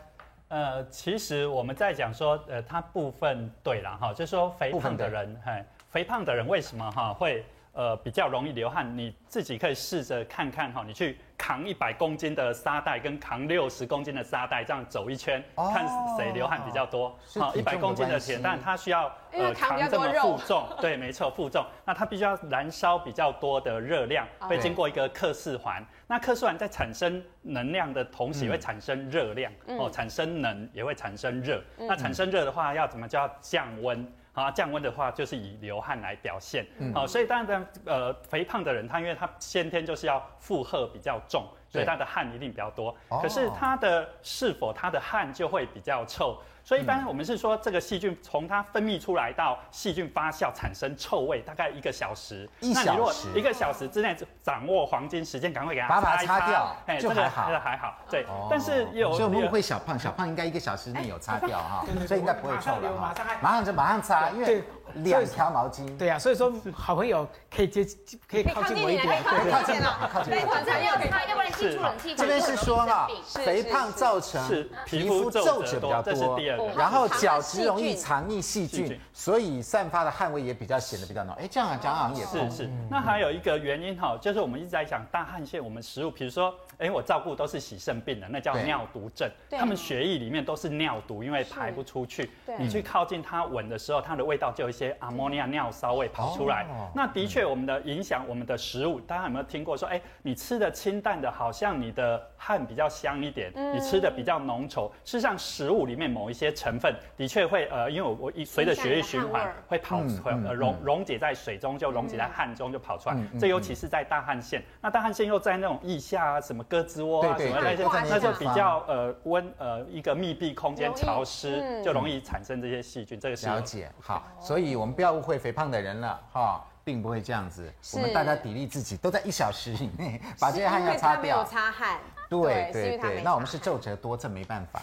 S4: 呃，其实我们在讲说，呃，它部分对啦哈，就是说肥
S2: 部分
S4: 胖的
S2: 对
S4: 人，嘿，肥胖的人为什么哈会呃比较容易流汗？你自己可以试着看看哈，你去扛一百公斤的沙袋跟扛六十公斤的沙袋这样走一圈，
S2: 哦
S4: 看谁流汗比较多。
S2: 是
S4: 好
S2: 体
S4: 一
S2: 重
S4: 百
S2: 的
S4: 公斤的
S2: 关系
S4: 铁蛋，它需要
S1: 因
S4: 呃
S1: 为扛比较
S4: 这
S1: 多
S4: 么
S1: 肉
S4: 负重，对，没错，负重，那它必须要燃烧比较多的热量，会经过一个克氏环。那克氏环在产生能量的同时，也会产生热量、哦，产生能也会产生热。那产生热的话，要怎么叫降温？啊，降温的话就是以流汗来表现，好、所以当然，呃，肥胖的人他因为他先天就是要负荷比较重，所以
S2: 对
S4: 他的汗一定比较多。
S2: 哦
S4: 可是他的是否他的汗就会比较臭，所以一般我们是说这个细菌从它分泌出来到细菌发酵产生臭味，大概一个小时。
S2: 一
S4: 那你如果
S2: 小时
S4: 一个小时之内掌握黄金时间，赶快给它
S2: 把它
S4: 一
S2: 擦掉
S4: 哎，
S2: 就
S4: 这
S2: 还
S4: 个
S2: 好哦
S4: 这个还好。对，但是有
S2: 所以我们
S4: 有
S2: 误会小胖，小胖应该一个小时内有擦掉哈
S6: 对，对
S2: 所以应该不会臭
S6: 哎马上
S2: 了
S6: 流
S2: 哈
S6: 马上按。
S2: 马上就马上擦，因为
S6: 对
S2: 两条毛巾。
S6: 对啊，所以说好朋友可以接可以
S1: 可以
S6: 靠
S1: 靠
S6: 近
S1: 近
S6: 我一
S1: 你来，可以
S6: 点，
S1: 靠近我一点了，
S2: 靠近
S1: 来
S2: 我一点
S1: 团
S5: 真的
S1: 餐
S5: 要
S1: 要可以
S5: 擦，要不然进出冷气，
S2: 这边是说哈
S5: 容易生病，
S2: 肥胖造成
S4: 是
S2: 皮
S4: 皮
S2: 肤
S4: 肤
S2: 皱
S4: 皱
S2: 褶
S4: 褶
S2: 比较
S4: 多这是
S2: 多
S4: 第二
S1: 哦
S4: 个，
S2: 然后角质容易藏匿细
S4: 细
S2: 菌
S4: 菌，
S2: 所以散发的汗味也比较显得比较浓。哎，这样啊，讲好像也
S4: 是是，那还有一个原因哈，就是我们一直在讲大汗腺，我们食物，比如说，哎，我照顾都是洗肾病的，那叫
S2: 对
S4: 尿毒症，
S1: 对
S4: 他们血液里面都是尿毒，因为排不出去
S1: 对，
S4: 你去靠近它闻的时候，它的味道就有一些阿 m 尼亚尿骚味跑出来
S2: 哦。
S4: 那的确，我们的影响我们的食物，大家有没有听过说，哎，你吃的清淡的，好像你的汗比较香一点，
S1: 嗯
S4: 你吃的比较浓稠，事实上食物里面某一些成分的确会，呃，因为我我一随着
S1: 影响
S4: 血
S1: 你
S4: 液
S1: 的
S4: 循
S1: 汗味
S4: 环
S1: 儿
S4: 会跑
S2: 嗯
S4: 出来，呃
S2: 嗯
S4: 溶
S2: 嗯
S4: 溶解在水中，就溶解在汗中就跑出来
S2: 嗯嗯。
S4: 这尤其是在大汗腺，那大汗腺又在那种腋下啊、什么胳肢窝啊、
S2: 对对
S4: 什么那
S1: 对
S4: 些
S1: 胯，下
S4: 那就比较呃温呃一个密闭空间
S1: 容易
S4: 潮湿
S1: 嗯，
S4: 就容易产生这些细菌。这个是
S2: 了解，好，所以我们不要误会肥胖的人了哈，并不会这样子。
S1: 是
S2: 我们大家砥砺自己，都在一小时以内 把这些汗
S1: 因
S2: 要
S1: 为
S2: 擦
S1: 他没有
S2: 掉。
S1: 擦汗，
S2: 对
S1: 是因为
S2: 对
S1: 他没
S2: 对，
S1: 擦
S2: 那我们是皱褶多，这没办 法，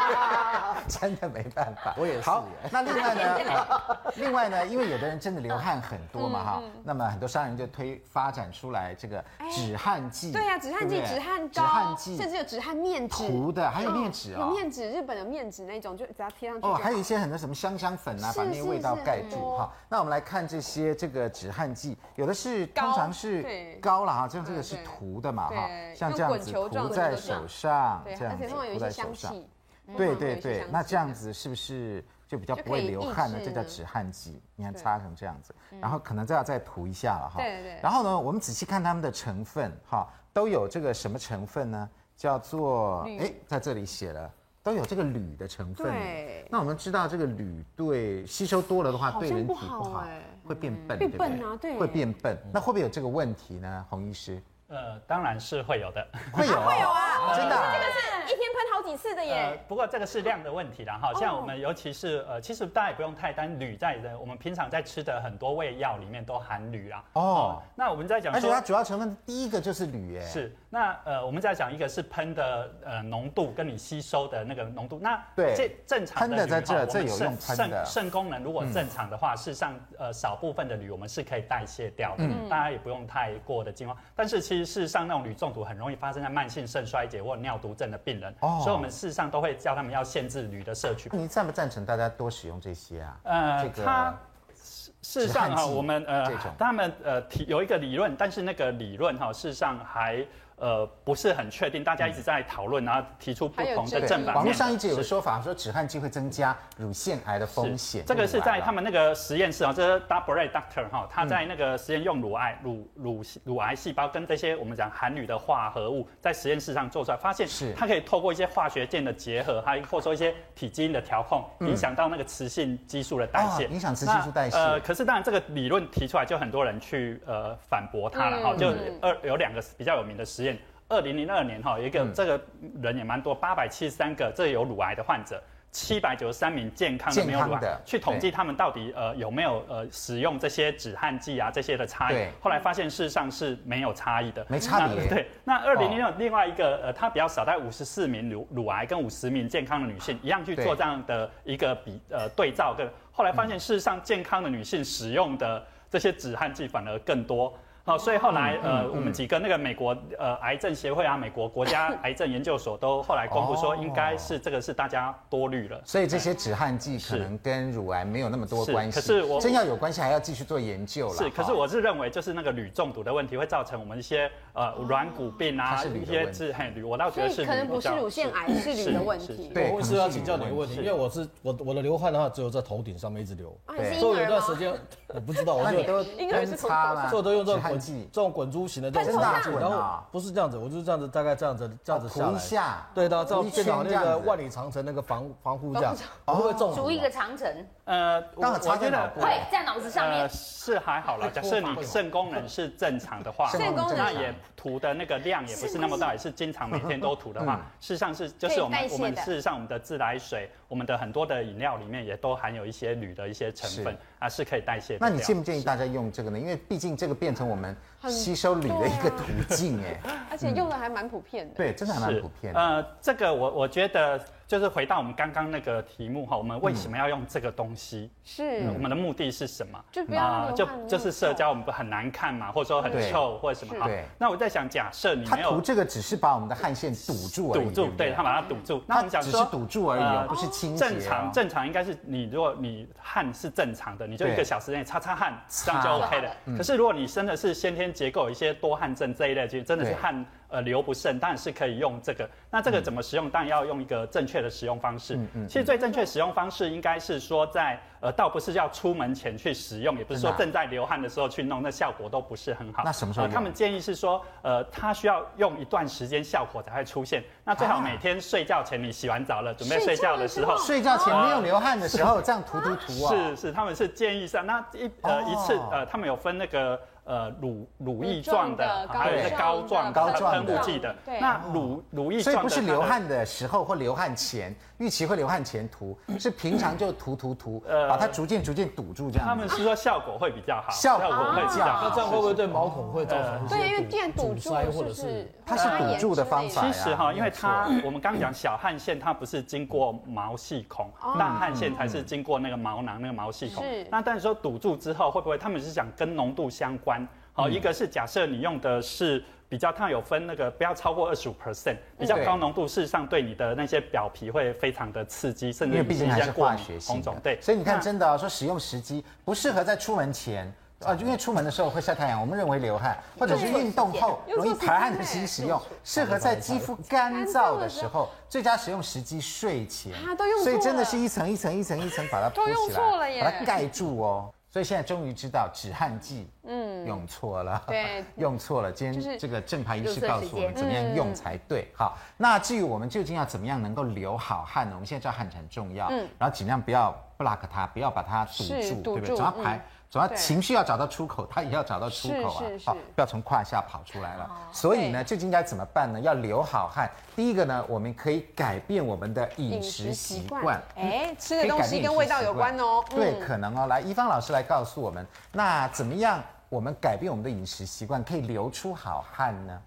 S2: 真的没办法。
S3: 我也是
S2: 好
S3: 耶，
S2: 那另 外呢？呃另外呢？因为有的人真的流汗很多嘛哈，
S1: 嗯
S2: 那么很多商人就推发展出来这个止汗剂。
S1: 哎对呀，啊止汗剂、
S2: 对不对
S1: 止汗
S2: 止汗
S1: 膏，甚至
S2: 剂
S1: 有止汗面纸，
S2: 涂的，还有面纸
S1: 有
S2: 哦。
S1: 面纸，日本的面纸那种，就只要贴上去就
S2: 哦，
S1: 好。
S2: 还有一些很多什么香香粉啊，
S1: 是
S2: 把那些味道
S1: 是是
S2: 盖
S1: 很
S2: 住
S1: 多
S2: 哈。那我们来看这些这个止汗剂，有的是
S1: 膏
S2: 通常是
S1: 对
S2: 膏啦哈，像这个
S1: 嗯
S2: 是
S1: 对
S2: 涂的嘛哈，
S1: 对
S2: 像这样
S1: 用滚
S2: 子
S1: 球状
S2: 涂
S1: 的
S2: 在
S1: 球
S2: 手
S1: 状
S2: 上，
S1: 对，
S2: 这样
S1: 而
S2: 子
S1: 且通常有
S2: 涂
S1: 一些
S2: 在手
S1: 香
S2: 上。
S1: 气，嗯
S2: 对
S1: 通常会有
S2: 对
S1: 一些
S2: 对
S1: 香，气
S2: 那这样
S1: 的
S2: 子是不是就比较
S1: 就
S2: 不
S1: 可
S2: 会
S1: 以
S2: 流
S1: 抑
S2: 汗呢？
S1: 制
S2: 这叫
S1: 呢
S2: 止汗剂，你看
S1: 对嗯
S2: 擦成这样子，然后可能再要再涂一下了哈。
S1: 对对
S2: 然后呢，我们仔细看它们的成分哈，都有这个什么成分呢？叫做
S1: 铝
S2: 哎，在这里写了。都有这个铝的成分，
S1: 对
S2: 那我们知道这个铝对吸收多了的话，
S1: 好
S2: 对
S1: 像
S2: 人
S1: 不
S2: 体
S1: 好
S2: 不好
S1: 哎，
S2: 会变笨，
S1: 变
S2: 对不
S1: 笨啊对
S2: 会变笨。那会不会有这个问题呢？洪医师
S4: 呃，当然是 会有的。
S2: 会有，会有啊，真的啊，
S1: 这个是一天喷好几次的
S4: 呃
S1: 耶，，
S4: 不过这个是量的问题啦，哈，
S1: 哦
S4: 像我们尤其是呃，其实大家也不用太担铝在的，我们平常在吃的很多味药里面都含铝啊。
S2: 哦
S4: 那我们在讲
S2: 而且
S4: 说
S2: 它主要成分第一个就是铝，哎，
S4: 是，那呃，我们在讲一个是喷的呃浓度跟你吸收的那个浓度，那
S2: 对
S4: 这正常
S2: 喷的在
S4: 铝
S2: 这
S4: 哈
S2: 这
S4: 我们
S2: 有
S4: 肾
S2: 用喷的嗯
S4: 肾肾功能如果正常的话，事实上呃少部分的铝我们是可以代谢掉的，
S2: 嗯
S4: 大家也不用太过的惊慌。但是其实事实上那种铝中毒很容易发生在慢性肾衰竭或尿毒症的病人，
S2: 哦
S4: 所以我们事实上都会叫他们要限制铝的摄取。
S2: 您赞不赞成大家多使用这些啊？
S4: 呃，
S2: 这个
S4: 它事实上
S2: 止汗
S4: 哈，
S2: 剂
S4: 我们呃
S2: 这种，
S4: 他们呃提有一个理论，但是那个理论哦哈，事实上还呃不是很确定，大家一直在讨论，然后提出不
S1: 还有
S4: 同的
S1: 争议
S4: 呃正反面的。
S2: 网络上一直有个
S4: 是
S2: 说法，说止汗剂会增加乳腺癌的风险。
S4: 这个是在他
S2: 们
S4: 们那个实验室啊，这是 Double Ray Doctor 哈，他
S2: 嗯
S4: 在那个实验用乳癌、乳乳乳癌细胞跟这些我们讲含铝的化合物，在实验室上做出来，发现
S2: 是
S4: 它可以透过一些化学键的结合，还或者说一些体基因的调控，影响到那个雌性激素的代谢，
S2: 嗯哦影响雌激素代谢
S4: 那呃，可是当然这个理论提出来，就很多人去呃反驳它了哈，就
S2: 嗯
S4: 二有两个比较有名的实验。二零零二年哈，有一个
S2: 嗯
S4: 这个人也蛮多，八百七十三个这有乳癌的患者，七百九十三名健康的没有乳
S2: 健康
S4: 癌
S2: 的，
S4: 去统
S2: 对
S4: 计他们到底呃有没有呃使用这些止汗剂啊这些的差异
S2: 对。
S4: 后来发现事实上是没有差异的，
S2: 没差别哦
S4: 那对，那二零零六另外一个呃，它比较少，在五十四名乳乳癌跟五十名健康的女性一样去
S2: 对
S4: 做这样的一个比呃对照跟，后来发
S2: 嗯
S4: 现事实上健康的女性使用的这些止汗剂反而更多。
S2: 哦
S4: 好、所以后来、呃，
S2: 嗯
S4: 我们几个那个美国呃癌症协会啊，美国国家癌症研究所都后来公布说，
S2: 哦
S4: 应该是这个是大家多虑了。
S2: 所以这些止汗剂可能跟乳癌没有那么多
S4: 是
S2: 关系。
S4: 可是我
S2: 真要有关系，还要继续做研究了。
S4: 是，可是
S2: 哈
S4: 我是认为，就是那个铝中毒的问题会造成我们一些呃软骨病啊
S2: 哦它，是铝的
S4: 一些
S2: 问题
S4: 致嘿铝，我倒觉
S1: 所
S4: 得
S1: 以
S4: 是
S1: 可能
S4: 铝
S1: 不
S4: 比
S1: 是
S4: 较
S1: 乳腺癌，是
S4: 是
S1: 铝的问
S4: 是
S1: 题，
S2: 对
S3: 我会是要请教你一个问题，
S4: 是
S3: 因为我是我我的流汗的话只有在头顶上面一直流，
S5: 呃
S1: 啊，你是婴
S3: 所以有一
S1: 儿
S3: 段
S1: 吗
S3: 时？间我不知道，我
S2: 那
S3: 就
S2: 你都
S1: 婴儿是
S2: 干擦啦，
S3: 所以我都用
S2: 止
S3: 这种
S2: 汗
S3: 滚
S2: 剂
S3: 这，种滚珠型的这
S2: 真
S3: 种
S2: 的啊
S3: 滚珠
S2: 滚啊
S3: 然后不是这样子，我就是这样子，大概这样子这样子
S2: 哦
S3: 下来
S2: 涂一下
S3: 对的，这
S2: 涂一
S3: 样
S2: 圈
S3: 变成好像
S2: 这
S3: 那个
S2: 样子
S3: 万里长城那个防防护这样，我会不会中毒
S5: 逐一
S3: 啊
S5: 个？长城，
S4: 呃，我
S2: 刚好
S4: 我
S2: 插
S4: 觉
S2: 在脑
S4: 得
S2: 部。
S5: 会在脑子上
S4: 呃
S5: 面。
S4: 是还好啦。 假设你肾功能是正常的话，
S2: 肾功能正
S4: 那
S2: 常
S4: 也涂的那个量也不是那么大，也是经常每天都涂的
S2: 嗯
S4: 话，事实上是就是我
S5: 可以代
S4: 们
S5: 谢
S4: 我们
S5: 的
S4: 事实上我们的自来水，我们的很多的饮料里面也都含有一些铝的一些成分
S2: 是
S4: 啊，是可以代谢的。
S2: 那你建不建议大家用这个呢？因为毕竟这个变成我们吸收铝的一个途径， 哎，
S1: 而且用的还蛮普遍的。
S2: 对，真的还蛮普遍的。
S4: 呃，这个我我觉得就是回到我们刚刚那个题目哈，我们为什么要用这个东西？
S1: 是，
S5: 嗯
S4: 我们的目的是什么？
S1: 嗯就不要让流
S4: 就
S1: 汗
S4: 就是社交，我们不很难看嘛，或者说很
S2: 对
S4: 臭或者什么哈
S2: 对。
S4: 那我在想，假设你
S2: 它
S4: 没有
S2: 涂这个只是把我们的汗腺堵住而已，
S4: 堵住，
S2: 不
S4: 对他把它堵住。那我
S2: 它
S4: 们讲
S2: 只是
S4: 说
S2: 堵住而已哦
S4: 呃，
S2: 不是清洁哦。
S4: 正常正常应该是你，如果你汗是正常的，你就
S2: 对
S4: 一个小时内擦擦汗，这样就
S2: 擦
S4: OK 了。可是如果你真的是先天结构有一些多汗症这一类，就真的是
S2: 对
S4: 汗呃流不盛，当然是可以用这个。那这个怎么使用？当然要用一个正确的使用方
S2: 嗯
S4: 式。其实最正确的使用方式应该是说在呃，倒不是要出门前去使用，也不是说
S2: 真的啊
S4: 正在流汗的时候去弄，那效果都不是很好。
S2: 那什么时候
S4: 呃
S2: 用
S4: 他们建议是说，呃，它需要用一段时间效果才会出现。那最好
S2: 啊
S4: 每天睡觉前你洗完澡了，准备睡觉的时候，
S2: 睡觉前没有流汗的时 候，这样涂涂涂啊，
S4: 是是，他们是建议上，那一呃
S2: 哦
S4: 一次呃，他们有分那个呃乳乳液状的
S1: 乳状，的
S4: 还有是膏
S1: 膏
S4: 状
S1: 状的
S4: 的
S2: 膏状
S4: 喷
S2: 的哦
S4: 雾剂的
S1: 对。
S4: 那乳乳液
S2: 所
S4: 状
S2: 以不
S4: 的，
S2: 是
S4: 它的
S2: 流汗的时候或流汗前，预期会流汗前涂，是平常就涂涂涂，
S4: 呃
S2: 把它逐渐逐渐堵住这
S4: 他
S2: 样
S4: 们
S2: 子。
S4: 是说效果会比较好，
S2: 效果
S4: 会比较
S2: 啊
S3: 那这
S4: 好。
S3: 样会不会对毛孔会造成一些
S1: 对，因为
S3: 阻
S1: 既然堵住
S3: 阻塞
S1: 了，
S3: 或
S1: 是不
S3: 者是
S1: 是
S5: 嗯
S2: 它是堵住的方法
S4: 其
S1: 啊
S2: 呀。
S4: 实哈，因为它
S2: 没有错
S4: 我们刚讲小汗腺，它不是经过毛细孔，大汗腺才是经过那个毛囊那个毛细孔
S1: 哦是。
S4: 那但是说堵住之后会不会，他们是讲跟浓度相关？好，
S1: 嗯
S4: 一个是假设你用的是比较，它有分那个不要超过二十五
S1: 嗯
S4: percent，比较
S2: 对
S4: 高浓度，事实上对你的那些表皮会非常的刺激，甚
S2: 因
S4: 至
S2: 为毕竟还是
S4: 一些过
S2: 化
S4: 敏
S2: 学性
S4: 红
S2: 的啊
S4: 肿。对，
S2: 所以你看，
S4: 那
S2: 真的哦说使用时机不适合在出门前，啊，就因为出门的时候会晒太阳，我们认为流汗，或者是运动后容易排汗的时机使用，适合在肌肤干燥的时候，最佳使用时机睡前。
S1: 啊都用错了
S2: 所以真的是一层一层一层一层把它铺起来，
S5: 都用错了耶
S2: 把它盖住哦。所以现在终于知道止汗剂，嗯，用错了，
S1: 对，
S2: 用错了。今
S1: 就是
S2: 天这个正牌医
S5: 有
S2: 师
S5: 这
S2: 告
S5: 时
S2: 诉我们
S5: 间
S2: 怎么样
S1: 嗯
S2: 用才对。好，那至于我们究竟要怎么样能够流好汗呢？我们现在知道汗很重要，
S1: 嗯
S2: 然后尽量不要 block 它，不要把它堵
S1: 是
S2: 住，
S1: 堵
S2: 对
S1: 住
S2: 不对？总要排
S1: 嗯。
S2: 总要
S1: 对
S2: 情绪要找到出口，它也要找到出口啊
S1: 是是，是哦
S2: 好，不要从胯下跑出来了。所以呢，究竟该怎么办呢？要流好汗。第一个呢，我们可以改变我们的饮食习惯。
S5: 嗯
S1: 哎，吃的东西跟味道有关哦。嗯
S2: 对，可能哦。来，一芳老师来告诉我们，那怎么样我们改变我们的饮食习惯，可以流出好汗呢？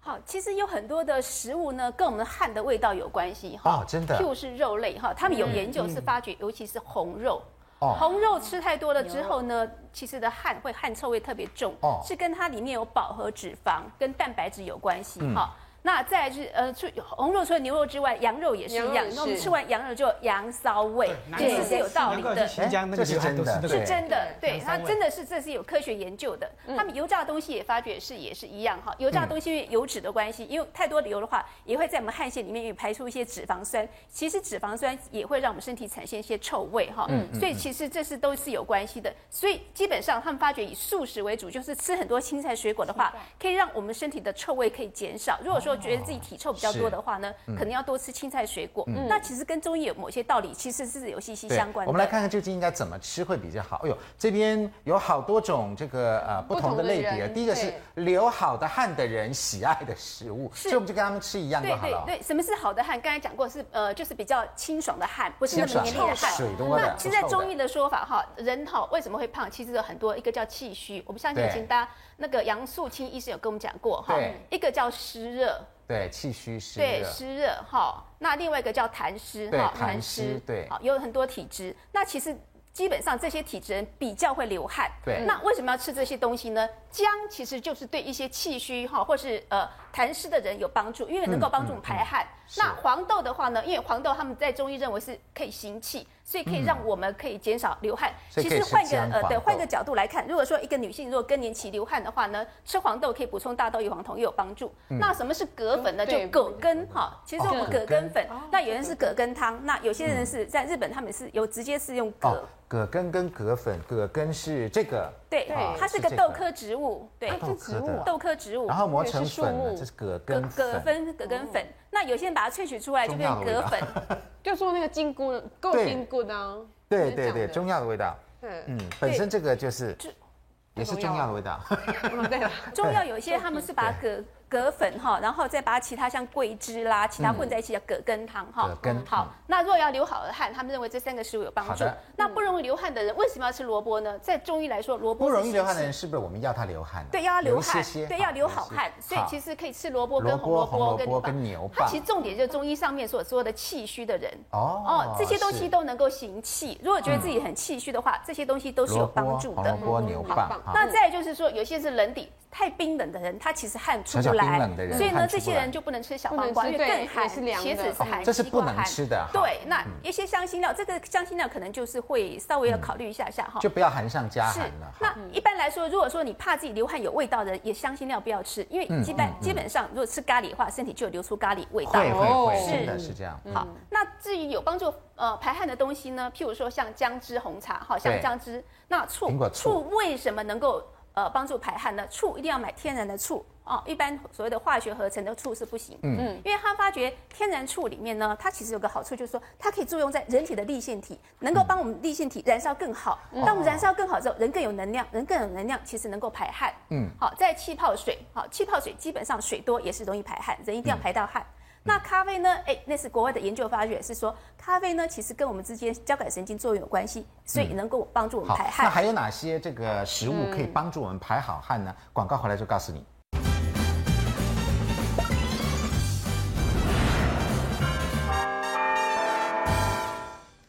S8: 好，其实有很多的食物呢，跟我们汗的味道有关系哈。
S2: 哦真的嗯
S8: 譬如是肉类哈，他们有研究是发觉，尤其是红肉。
S2: 哦
S8: 红肉吃太多了之后呢，其实的汗会汗臭味特别重，
S2: 哦
S8: 是跟它里面有饱和脂肪跟蛋白质有关
S2: 嗯
S8: 系哈。那再来就是呃，除红肉除了牛肉之外，羊肉也是一
S1: 羊
S8: 样
S1: 肉也。是
S8: 那我们吃完羊肉就有羊骚味，
S6: 对
S8: 这是是有道
S6: 难
S8: 理
S6: 怪
S8: 的
S6: 去。新疆那个
S2: 哎这是
S6: 流汗都是
S2: 真的
S6: 那个
S2: 对
S8: 是真的，对，
S6: 香
S8: 它
S6: 味
S8: 真的是这是有科学研究的。
S2: 嗯
S8: 他们油炸的东西也发觉是也是一样哈，油炸的东西因为油脂的关系，因为太多的油的话，也会在我们汗腺里面也排出一些脂肪酸。其实脂肪酸也会让我们身体产生一些臭味哈，
S2: 嗯
S8: 所以其实这是都是有关系的。所以基本上他们发觉以素食为主，就是吃很多青菜水果的话，可以让我们身体的臭味可以减少。如果说觉得自己体臭比较多的话呢，可能要多吃青菜水果。那其实跟中医有某些道理其实是有息息
S2: 嗯对
S8: 相关的。
S2: 我们来看看究竟应该怎么吃会比较好。哎呦，这边有好多种这个呃不同的
S1: 不
S2: 类
S1: 同的
S2: 别。
S1: 人
S2: 第一个是流好的汗的人喜爱的食物，所以我们就跟他们吃一样就
S8: 对
S2: 好了
S8: 对。对，什么是好的汗？刚才讲过是呃，就是比较清爽的汗，不是
S2: 啊
S8: 那么黏腻的汗。
S2: 水多的
S8: 那其实，在
S2: 不臭的
S8: 中医的说法哈，人哈为什么会胖？其实有很多，一个叫气虚，我不相信
S2: 对
S8: 以前大家那个杨素清医师有跟我们讲过哈
S2: 对，
S8: 一个叫湿热，
S2: 对，气虚湿
S8: 对，
S2: 热。
S8: 湿热哈。那另外一个叫痰湿
S2: 对
S8: 哈，
S2: 痰湿对
S8: 好，有很多体质。那其实基本上这些体质人比较会流汗。
S2: 对
S8: 那为什么要吃这些东西呢？姜其实就是对一些气虚哈，或是呃痰湿的人有帮助，因为能够帮助我们排汗。
S2: 嗯是
S8: 那黄豆的话呢，因为黄豆他们在中医认为是可以行气，所以可以让我们可以减少流汗。
S2: 嗯所以
S8: 其
S2: 可以
S8: 实
S2: 吃
S8: 换个
S2: 姜
S8: 呃，对，
S2: 黄
S8: 换
S2: 豆
S8: 个角度来看，如果说一个女性如果更年期流汗的话呢，吃黄豆可以补充大豆异黄酮，也有帮助。
S2: 嗯
S8: 那什么是葛粉呢？
S1: 对
S8: 就葛根哈，其实
S2: 哦
S8: 我们
S2: 葛根
S8: 葛根粉，那有人是葛根汤，那有些人是在日本他们是有直接是用
S2: 嗯哦葛
S8: 葛，，
S2: 根跟葛粉，葛根是这个
S8: 对
S2: 啊，
S8: 它是
S2: 是
S8: 个
S2: 这
S8: 豆
S2: 个啊
S8: 科植物，对，
S2: 豆科的，
S8: 豆科哎植物
S2: 然。后磨成
S1: 也是树
S2: 粉了，
S1: 木
S2: 这是葛
S8: 葛
S2: 根
S8: 葛
S2: 粉。哦
S8: 粉、葛根粉，那有些人把它萃取出来就
S2: 中
S8: 变
S2: 药的味
S8: 葛
S2: 道
S8: 粉，
S1: 就做那个金菇，够
S2: 对
S1: 金菇的啊。
S2: 对
S1: 是
S2: 对
S1: 这
S2: 对，
S1: 样的
S2: 中药的味道。
S1: 嗯，
S2: 嗯，本身这个就是
S8: 就
S2: 也是中药的味道。
S1: 对了，
S8: 中药有一些他们是把葛葛粉哈，然后再把其他像桂枝啦，其他混在一起叫葛根汤哈。
S2: 嗯葛根嗯
S8: 好，那若要流好的汗，他们认为这三个食物有帮
S2: 好
S8: 助
S2: 的。
S8: 那不容易流汗的人为什么要吃萝卜呢？在中医来说，萝卜
S2: 不
S8: 是
S2: 容易流汗
S8: 行
S2: 的
S8: 气
S2: 人，是不是我们要他流汗啊？
S8: 对，要流汗，
S2: 一些些啊
S8: 对，要流好汗。所以其。
S2: 一些
S8: 实可以吃萝卜
S2: 萝
S8: 跟红萝
S2: 卜、红萝
S8: 卜跟
S2: 卜
S8: 牛蒡
S2: 跟牛
S8: 它
S2: 蒡
S8: 其，实重点就是中医上面所说的气虚的人。
S2: 哦
S8: 哦，这些东西
S2: 是嗯
S8: 都能够行气。如果觉得自己很气虚的话，这些东西都是有
S2: 萝
S8: 帮
S2: 卜、
S8: 助
S2: 红
S8: 的嗯
S2: 萝。卜、牛蒡
S1: 好
S2: 哈。
S8: 那再来就是说，有些是冷底太冰冷的人，他其实汗出
S2: 小
S8: 不
S2: 小冰
S8: 来
S2: 冷的人，
S8: 所以
S2: 汗
S8: 呢，
S2: 出
S8: 这
S2: 不
S8: 些
S2: 来哦
S8: 人就不能吃小黄瓜，
S1: 不
S8: 因
S1: 能吃
S8: 为
S1: 对
S8: 更寒，
S1: 也是凉的
S8: 茄子是寒，
S2: 这是不能
S8: 西瓜寒
S2: 吃的嗯哈
S8: 对，那一些香辛料，这个香辛料可能就是会稍
S2: 嗯
S8: 微要考虑一下下哈。
S2: 就不要寒上加
S8: 是
S2: 寒了。，哈
S8: 那一般来说，如果说你怕自己流汗有味道的人，也香辛料不要吃，因为
S2: 嗯
S8: 基本、基本上如果吃咖喱的话，身体就有流出咖喱味道。
S2: 会会
S1: 哦
S2: 会，真的
S8: 是
S2: 是这样。
S8: 好，那至于有帮助呃排汗的东西呢，譬如说像姜汁红茶，好，像
S2: 对
S8: 姜汁，那醋
S2: 苹果醋
S8: 为什么能够呃帮助排汗呢？醋一定要买天然的醋哦，一般所谓的化学合成的醋是不行，嗯嗯，因为他发觉天然醋里面呢，它其实有个好处就是说，它可以作用在人体的立腺体，能够帮我们立腺体燃烧更好。
S2: 嗯
S8: 当
S2: 哦
S8: 我们燃烧更好之后，人更有能量，人更有能量，其实能够排汗，嗯，好，在气泡水，好，气泡水基本上水多也是容易排汗，人一定
S2: 嗯
S8: 要排到汗。那咖啡呢？哎，那是国外的研究发觉，是说咖啡呢，其实跟我们之间交感神经作用有关系，所以能够帮助我们
S2: 嗯好
S8: 排，
S2: 那
S8: 汗。
S2: 还有哪些这个食物可以帮助我们排好汗呢？广告回来就告诉你。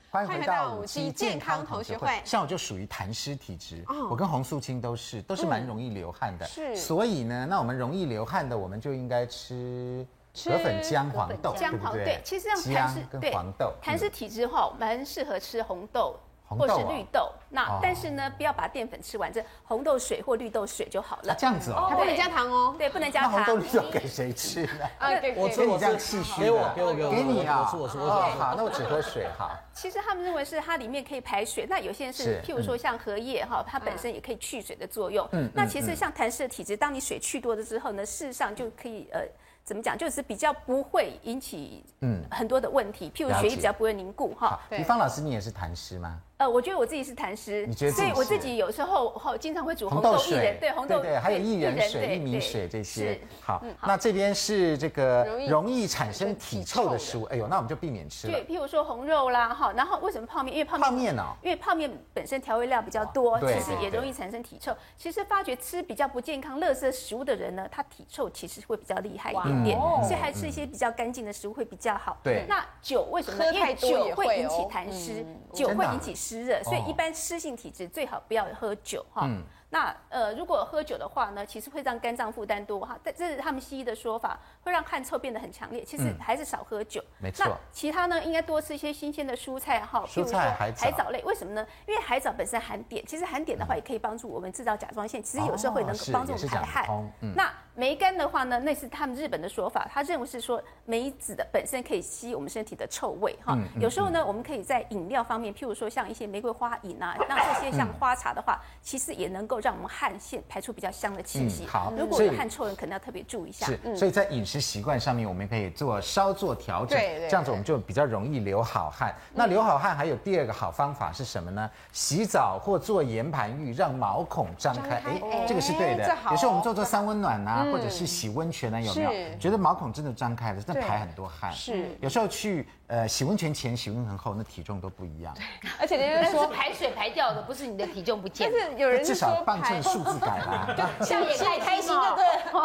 S2: 欢迎回到五期健康同学会。哦像我就属于痰湿体质，我跟洪素清都是，都是蛮容易流汗的。
S1: 是
S2: 所以呢，那我们容易流汗的，我们就应该吃葛粉姜黄豆，
S8: 姜
S2: 对不
S8: 黄
S2: 对？
S8: 对，其实让痰
S2: 姜
S8: 湿
S2: 跟
S8: 对
S2: 黄豆，
S8: 痰湿体质哈，蛮适合吃红豆。
S2: 红
S8: 或
S2: 豆
S8: 是
S2: 啊
S8: 绿豆。
S2: 哦
S8: 那但是呢，不要把淀粉吃完，这红豆水或绿豆水就好
S2: 啊
S8: 了。
S2: 这样子哦，
S1: 它不能加糖哦。
S8: 对，不能加
S2: 那红
S8: 糖。
S2: 豆绿豆给谁吃呢？
S1: 啊，给
S3: 我
S1: 给
S3: 吃
S2: 跟你
S3: 我吃
S2: 这样气虚
S3: 给
S2: 的
S3: 我给我给我
S2: 给你啊！
S3: 我吃我吃
S2: 哦
S3: 我吃。
S2: 好，那我只喝水 哈。
S8: 其实他们认为是它里面可以排水，那有些人是
S2: 是，
S8: 譬如说像荷叶哈，它本身也可以去水的作用。
S2: 嗯
S8: 那其实像痰湿的体质，当你水去多了之后呢，事实上就可以呃。怎么讲？就是比较不会引起
S2: 嗯
S8: 嗯很多的问题，譬如
S2: 了
S8: 血液
S2: 解
S8: 比较不会凝固哈
S2: 好。，李芳老师，你也是痰湿吗？
S8: 呃，我觉得我自己是痰湿
S2: 你觉得，自
S8: 所
S2: 己
S8: 以我自
S2: 是
S8: 己有时候后经常会煮
S2: 红
S8: 红
S2: 豆
S8: 豆薏
S2: 水
S8: 仁，，对红豆
S2: 对，还有薏仁水、
S8: 对
S2: 薏米
S8: 对
S2: 水这些
S8: 是。嗯
S2: 好，那这边是这个
S1: 容易
S2: 容易产生体臭的
S1: 体
S2: 食物，哎呦，那我们就避免吃了
S8: 对，。譬如说红肉啦哈，然后为什么泡面？因为泡面
S2: 泡面哦
S8: 因为泡面本身调味料比较多，
S2: 对
S8: 其实
S2: 对
S8: 也
S2: 对
S8: 容易产生体臭。其实发觉吃比较不健康、垃圾食物的人呢，他体臭其实会比较厉害一点点，所以还吃一些比较干净的食物会比较好。
S2: 哦对
S8: 那酒为什么
S1: 喝
S8: 呢？因
S1: 太
S8: 为
S1: 多也
S8: 酒
S1: 会
S8: 会
S1: 哦
S8: 引起痰湿，酒
S2: 真的
S8: 会
S2: 啊
S8: 引起湿热，所以一般湿性体质最好不要喝酒哈。
S2: 嗯
S8: 那呃，如果喝酒的话呢，其实会让肝脏负担多哈，但这是他们西医的说法，会让汗臭变得很强烈。其实还是少喝酒。
S2: 嗯没错
S8: 那其他呢，应该多吃一些新鲜的蔬菜
S2: 蔬
S8: 哈，譬哦如说
S2: 菜海藻嗯
S8: 海藻类。为什么呢？因为海藻本身含碘，其实含碘的话也可以帮助我们制造甲状腺，其实有时候会能
S2: 哦
S8: 够
S2: 是
S8: 帮助
S2: 也
S8: 我
S2: 是
S8: 们
S2: 讲
S8: 排
S2: 得
S8: 汗
S2: 通。嗯
S8: 那梅干的话呢，那是他们日本的说法，他认为是说梅子的本身可以吸我们身体的臭味哈。
S2: 嗯
S8: 有时候呢，我们可以在饮料方面，譬如说像一些玫瑰花饮啊，那
S2: 嗯
S8: 这些像花茶的话，其实也能够让我们汗腺排出比较香的气息。
S2: 嗯好
S8: 如果
S2: 所以
S8: 有汗臭人，可能要特别注意一下。
S2: 是，
S1: 嗯
S2: 所以在饮食习惯上面，我们可以做稍作调整，
S1: 对对嗯
S2: 这样子我们就比较容易流好汗。那流好汗还有第二个好方法是什么呢？洗澡或做岩盘浴，让毛孔张开，
S1: 张开
S2: 诶
S1: 哦
S2: 这个是对的
S1: 这好。嗯
S2: 有时候我们做做三温暖啊，或者是洗温泉啊，有没有
S1: 是
S2: 觉得毛孔真的张开了，真的排很多汗。
S1: 是
S5: 嗯
S2: 有时候去呃洗温泉前、洗温泉后，那体重都不一样。
S1: 而且人
S5: 那
S1: 家
S5: 是
S1: 说，
S5: 排水排掉的，不是你的体重不见
S1: 但。是 有人
S2: 那
S1: 是
S2: 至
S1: 说
S2: 少磅
S1: 排
S2: 秤数字 改啦。
S5: 这样也太开心了，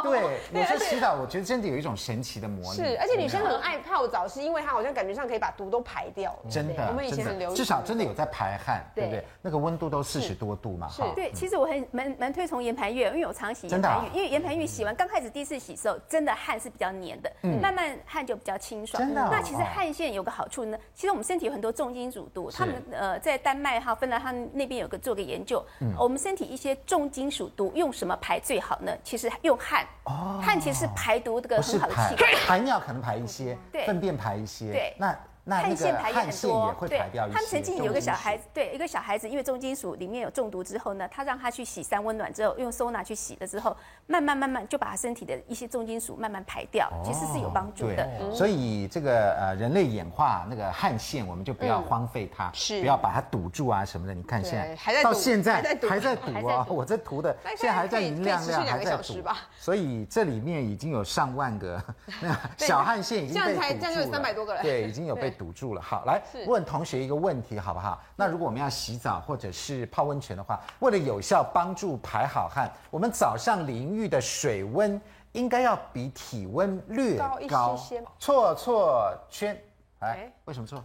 S2: 对，有时候洗澡，我觉得真的有一种神奇的魔力。
S1: 是，而且女
S2: 有没有
S1: 生很爱泡澡，是因为她好像感觉上可以把毒都排掉了。
S2: 真的，
S1: 我们以前
S2: 真的
S1: 很流行
S2: 至少真的有在排汗，对
S5: 对
S2: 不对？那个温度都四十多度嘛，
S1: 是
S2: 哈。
S8: 对，其实我很蛮蛮推崇岩盘浴，因为我常洗
S2: 真
S8: 岩
S2: 的啊
S8: 盘浴，因为岩盘浴洗完刚开始第一次洗的时候，真的汗是比较黏的，慢慢汗就比较清爽。
S2: 嗯真的哦
S8: 那其实汗腺有个好处呢，其实我们身体有很多重金属毒，他们呃在丹麦哈、芬兰他们那边有个做个研究，
S2: 嗯
S8: 我们身体一些重金属毒用什么排最好呢？其实用汗，汗其实是排毒这个
S2: 哦不
S8: 很
S2: 是
S8: 好的
S2: 排
S8: 器官。
S2: 排尿可能排一
S1: 嗯
S2: 些，
S8: 对
S2: 粪便排一些，
S8: 对
S2: 那那那
S8: 汗腺
S2: 个
S8: 排也
S2: 汗
S8: 很
S2: 腺也
S8: 多，
S2: 会
S8: 对
S2: 排掉一些。
S8: 他们曾经有一个小孩
S2: 子，
S8: 子，对一个小孩子，因为重金属里面有中毒之后呢，他让他去洗三温暖之后，用收纳去洗了之后，慢慢慢慢就把他身体的一些重金属慢慢排掉，其实是有帮助的。
S2: 哦
S1: 嗯
S2: 对，所以这个呃人类演化那个汗腺，我们就不要荒废它，
S1: 嗯是
S2: 不要把它堵住啊什么的。你看现在
S1: 对还在
S2: 到
S1: 堵
S2: 现在
S1: 还在堵
S2: 还在堵啊，我这涂的
S1: 大概
S2: 现在还在
S1: 可以
S2: 云亮
S1: 可以持
S2: 亮，
S1: 续两
S2: 还
S1: 个
S2: 在
S1: 小时
S2: 堵
S1: 吧。
S2: 所以这里面已经有上万个 小汗腺已经
S1: 这
S2: 被
S1: 样才
S2: 堵
S1: 这样就有
S2: 住了
S1: 300多个了
S2: 对，已经有被堵住了。好，来
S1: 是嗯
S2: 问同学一个问题好不好？那如果我们要洗澡或者是泡温泉的话，为了有效帮助排好汗，我们早上淋浴的水温应该要比体温略
S1: 高一
S2: 高
S1: 些些吗。
S2: 错错圈，来
S1: 哎，
S2: 为什么错？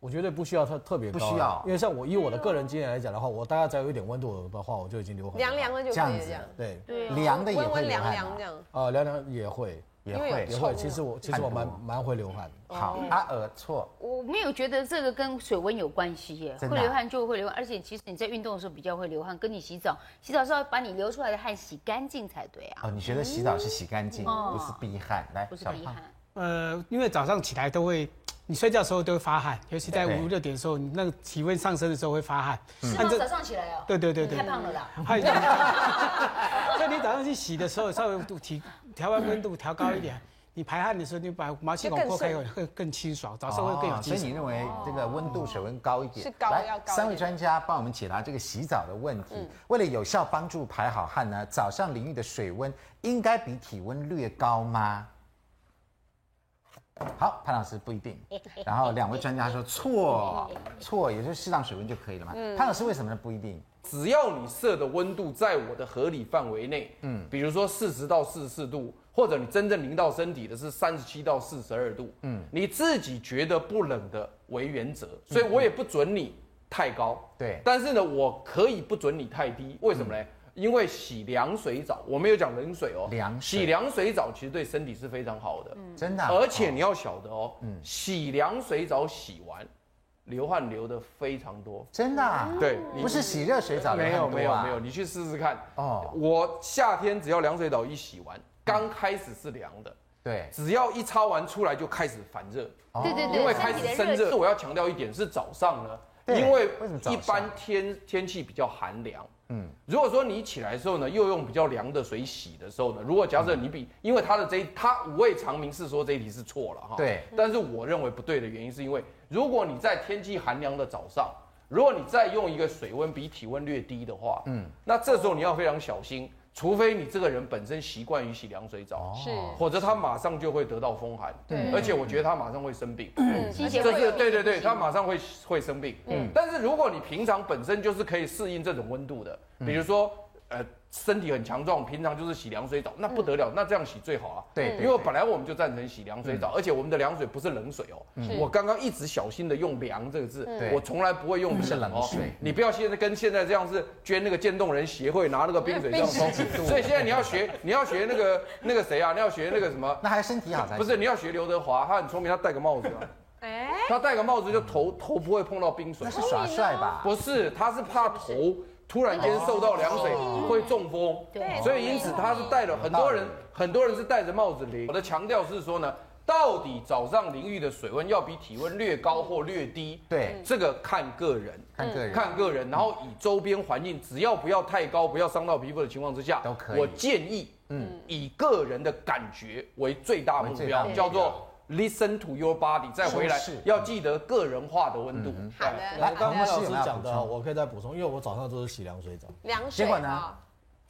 S3: 我觉得不需要特特别高，
S2: 不需要
S3: 因为像我以我的个人经验来讲的话，我大概只要有一点温度的话，我就已经流汗。
S1: 凉凉，的就可以了
S2: 这
S1: 这
S2: 样
S1: 样
S2: 子，
S3: 对，
S2: 凉的也
S1: 温
S2: 会
S1: 温
S2: 流
S1: 凉
S2: 汗
S1: 凉
S2: 吗
S1: 这，样。
S3: 呃，凉凉也会
S2: 也
S1: 因为有
S2: 会
S3: 也
S1: 臭哦
S3: 会。其实我其实我蛮
S2: 汗多
S3: 蛮会流汗的。
S2: 好。阿尔错，
S5: 我没有觉得这个跟水温有关系耶，
S2: 真的啊
S5: 会流汗就会流汗，而且其实你在运动的时候比较会流汗，跟你洗澡，洗澡是要把你流出来的汗洗干净才对啊，
S2: 哦，你觉得洗澡是洗干净，
S1: 嗯
S5: 哦
S2: 不是逼汗？来
S5: 不，是
S2: 小
S5: 逼
S2: 胖
S5: 汗。。
S6: 呃，因为早上起来都会，你睡觉的时候都会发汗，尤其在
S2: 对嗯
S6: 五六点的时候，你那个体温上升的时候会发汗。
S5: 是
S6: 按
S5: 吗？
S6: 这
S5: 早上起来哦，
S6: 对对对对
S5: 太胖了啦。
S6: 汗 所以你早上去洗的时候，稍微度提调完温度调高一
S2: 嗯
S6: 点，你排汗的时候，你把毛细孔破开以后会更清爽，早上会更有
S2: 哦所
S6: 精
S2: 以你
S6: 神。
S2: 认为这个温度水温高一点
S1: 是高
S2: 来
S1: 要高一
S2: 三位
S1: 点嗯
S2: 专家帮我们解答这个洗澡的问题。为了有效帮助排好汗呢，早上淋浴的水温应该比体温略高吗？好，潘老师不一定。然后两位专家 说错错，也就是适当水温就可以了嘛。
S1: 嗯
S2: 潘老师为什么呢？不一定。
S7: 只要你设的温度在我的合理范围内，嗯，比如说四十到四十四度，或者你真正淋到身体的是三十七到四十二度，嗯，你自己觉得不冷的为原则，所以我也不准你太高，
S2: 嗯对嗯
S7: 但是呢，我可以不准你太低，为什么呢？因为洗凉水澡，我没有讲冷水哦，
S2: 凉水嗯
S7: 洗凉水澡其实对身体是非常好的，
S2: 真的啊、
S7: 而且你
S2: 要
S7: 要晓得哦，洗凉水澡洗完，流汗流的非常多。
S2: 真的啊、
S7: 对，你
S2: 不是洗热水澡流
S7: 没
S2: 汗
S7: 有
S2: 多
S7: 没有
S2: 啊
S7: 没有，你去试试看。
S2: 哦嗯
S7: 我夏天只要凉水澡一洗完，刚开始是凉的，
S2: 对，
S7: 只要一擦完出来就开始反热，
S5: 对对对，
S7: 因为
S5: 身
S7: 开
S5: 体
S7: 始
S5: 的
S7: 生
S5: 热
S7: 热。我要强调一点是早上呢，
S2: 对
S7: 因为
S2: 为什么早
S7: 一
S2: 上
S7: 般天天气比较寒凉。
S2: 嗯
S7: 嗯，如果说你一起来的时候呢，又用比较凉的水洗的时候呢，如果假设你比，因为他的这一他五味长明是说这一题是错了哈，
S2: 对
S7: 但是我认为不对的原因是因为，如果你在天气寒凉的早上，如果你再用一个水温比体温略低的话，嗯，那这时候你要非常小心，除非你这个人本身习惯于洗凉水澡，
S1: 是
S7: 否则他马上就会得到风寒，哦对，而且我觉得他马上会生 病，
S5: 心
S2: 哦
S5: 血
S7: 哎这
S5: 管
S7: 是对对
S5: 疾
S7: 对，
S5: 病
S7: 他马上会会生病。嗯，但是如果你平常本身就是可以适应这种温度的，
S2: 嗯
S7: 比如说呃身体很强壮，平常就是洗凉水澡，那不得了，那这样洗最好啊。
S2: 对对
S7: 因为本来我们就赞成洗凉水澡，而且我们的凉水不是冷水哦。我刚刚一直小心的用“凉”这个字
S2: 嗯对，
S7: 我从来不会用
S2: 是冷
S7: 哦
S2: 水
S7: 你不要现在跟现在这样是捐那个渐冻人协会拿那个冰水这样 冲，所以现在你要学你要学那个那个谁啊，你要学那个什么。
S2: 那还身体好才
S7: 不是，你要学刘德华，他很聪明，他戴个帽子啊，
S1: 哎，
S7: 他戴个帽子就头头不会碰到冰水
S2: 那，是耍帅吧？
S7: 不是，他是怕头突然间受到凉水
S2: 哦
S7: 会中风，
S5: 对
S7: 所以因此他是戴了很多人很多人是戴着帽子淋。我的强调是说呢，到底早上淋浴的水温要比体温略高或略低，
S2: 对，
S7: 这个看个人。
S2: 看个人，
S7: 看个人，然后以周边环境，只要不要太高，不要伤到皮肤的情况之下，
S2: 都可以
S7: 我建议，嗯，以个人的感觉为最大目
S2: 为最大
S7: 标
S2: 目，标
S7: 叫做 listen to your body，再回来
S2: 舒适嗯
S7: 要记得个人化的温度。
S1: 好
S2: 哎
S1: 的，
S3: 来，刚刚
S2: 老
S3: 老
S2: 师
S3: 师
S2: 有没有
S3: 讲的
S2: 补
S3: 啊，
S2: 充
S3: 我可以再补充，因为我早上都是洗凉水澡，
S1: 凉水
S2: 结果呢
S1: 哈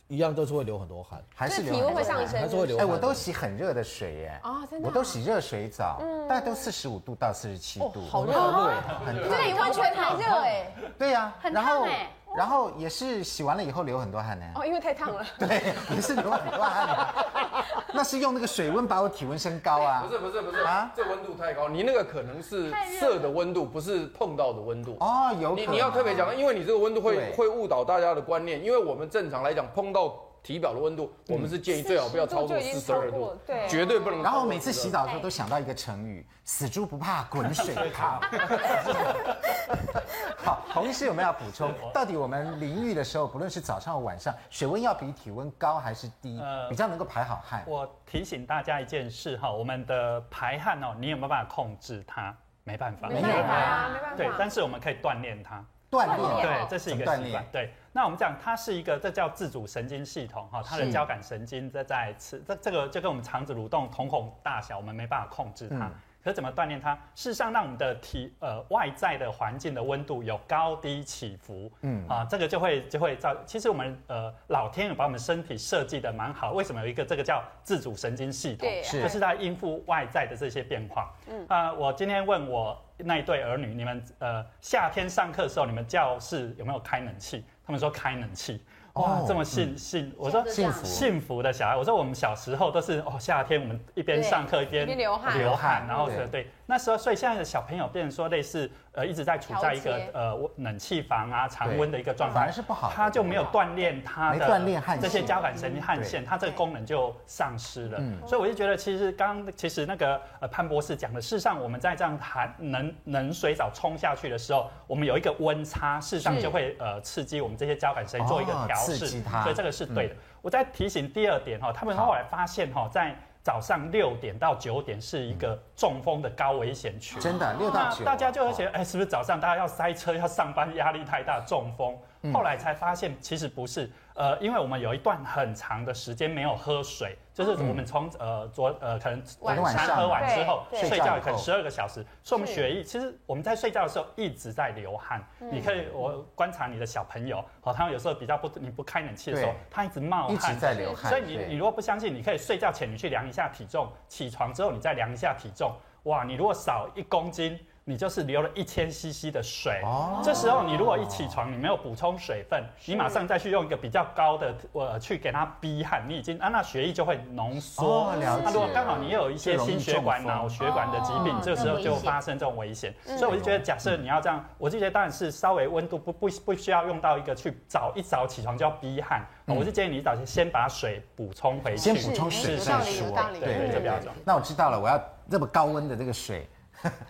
S3: 一样都是会流很多汗。
S2: 还
S1: 就是是
S2: 流
S1: 体温
S2: 汗
S1: 会上升，
S3: 还是会流
S2: 哎，
S3: 汗
S2: 我都洗很热的水耶，
S1: 哦真的啊嗯
S2: 我都洗热水澡，大概都四十五度到四十七度，
S1: 哦好热啊
S2: 对，很
S1: 就是你
S2: 烫，
S1: 完全太热哎，
S2: 对呀，
S5: 很
S2: 然
S5: 烫
S2: 后
S5: 哎
S2: 然后也是洗完了以后流很多汗呢，
S1: 哦，因为太烫了。
S2: 对，也是流很多 汗呢，那是用那个水温把我体温升高啊
S7: 不，是不是不是
S2: 啊
S7: 这温度太高，你那个可能是射的温度，不是碰到的温度。
S2: 哦，有可
S7: 你
S2: 能
S7: 你要特别讲，因为你这个温度
S2: 对
S7: 会会误导大家的观念，因为我们正常来讲碰到体表的温度，我们是建议最好不要超
S1: 40
S7: 过
S1: 度就已经
S7: 四十二
S1: 超过
S7: 度，
S1: 对
S7: 绝对不能超过42度。
S2: 然后我每次洗澡的时候都想到一个成语：死猪不怕滚水 烫。好，洪医师有没有要补 充？到底我们淋浴的时候，不论是早上或晚上，水温要比体温高还是低，
S4: 呃
S2: 比较能够排好汗？
S4: 我提醒大家一件事哈，我们的排汗哦，你有没有办法控制它？没办法，
S1: 没办法啊，没办法。
S4: 对，但是我们可以锻炼它。
S2: 锻
S1: 哦
S2: 炼，
S4: 对，这是一个
S2: 怎么锻
S4: 习
S2: 炼
S4: 惯。对，那我们讲它是一个，这叫自主神经系统哈，它的交感神经这在此，这这个就跟我们肠子蠕动、瞳孔大小，我们没办法控制它。
S2: 嗯
S4: 可是怎么锻炼它？事实上，让我们的体呃外在的环境的温度有高低起伏，
S2: 嗯
S4: 嗯啊，这个就会就会造。其实我们呃老天有把我们身体设计的蛮好，为什么有一个这个叫自主神经系统
S1: 对？
S2: 是
S4: 就是它应付外在的这些变化。嗯啊、我今天问我那一对儿女，你们呃夏天上课的时候，你们教室有没有开冷气？他们说开冷气。哇
S2: 哦，
S4: 这么幸幸，我说
S2: 幸福
S4: 幸福的小孩，我说我们小时候都是哦，夏天我们一边
S1: 对
S4: 上课一边
S1: 一边流汗
S4: 流汗，然后
S2: 对
S4: 是对，那时候所以现在的小朋友变成说类似呃一直在处在一
S1: 调
S4: 个
S1: 节
S4: 呃冷气房啊常温的一个状态，
S2: 反而是不好的
S4: 他就没有锻炼他
S2: 没
S4: 的
S2: 锻炼汗腺嗯
S4: 这些交感神经汗腺，
S2: 对嗯
S4: 它这个功能就丧失了。所以我就觉得其实刚刚其实那个呃潘博士讲的，事实上我们在这样寒冷冷水澡冲下去的时候，我们有一个温差，事实上就会呃刺激我们这些交感神经做一个
S2: 哦
S4: 调
S2: 刺
S4: 试，
S2: 激嗯它
S4: 所以这个是对的。我再提醒第二点哈，哦他们后来发现哈，在早上六点到九点是一个中风的高危险区，
S2: 嗯真的六到
S4: 那
S2: 九，
S4: 大家就会觉得，哎、是不是早上大家要塞车、要上班，压力太大，中风？
S2: 嗯
S4: 后来才发现其实不是，呃，因为我们有一段很长的时间没有喝水，就是
S2: 嗯
S4: 我们从、呃昨呃可能
S2: 晚上
S4: 餐喝完之后
S2: 对对睡
S4: 睡
S2: 觉
S4: 觉
S2: 以后
S4: 可能十二个小时，所以我们血液其实我们在睡觉的时候一直在流汗。
S2: 嗯
S4: 你可以我观察你的小朋友，好、他们有时候比较不你不开冷气的时候
S2: 对，
S4: 他一直冒汗，
S2: 一直在流汗，
S4: 所以你
S2: 对
S4: 你如果不相信，你可以睡觉前你去量一下体重，起床之后你再量一下体重。哇，你如果少一公斤，你就是流了一千 CC 的水。
S2: 哦
S4: 这时候你如果一起床，你没有补充水分，你马上再去用一个比较高的呃去给它逼汗，你已经啊那血液就会浓缩。
S2: 哦了解
S4: 那如果刚好你又有一些
S2: 就容易
S4: 心血管、
S2: 中风
S4: 脑血管的疾病
S5: 哦，
S4: 这时候
S5: 那
S4: 就
S5: 危险
S4: 发生这种危险。所以我就觉得，假设你要这样，我就觉得当然是稍微温度不不不需要用到一个去早一早起床就要逼汗，我是建议你早些先把水补充回去，
S2: 先补充水
S4: 是
S2: 再
S4: 是
S2: 说
S4: 是
S1: 有道理有道理
S4: 对
S2: 对
S4: 对，
S2: 对
S4: 这比较
S2: 对
S4: 重要。
S2: 那我知道了，我要这么高温的这个水。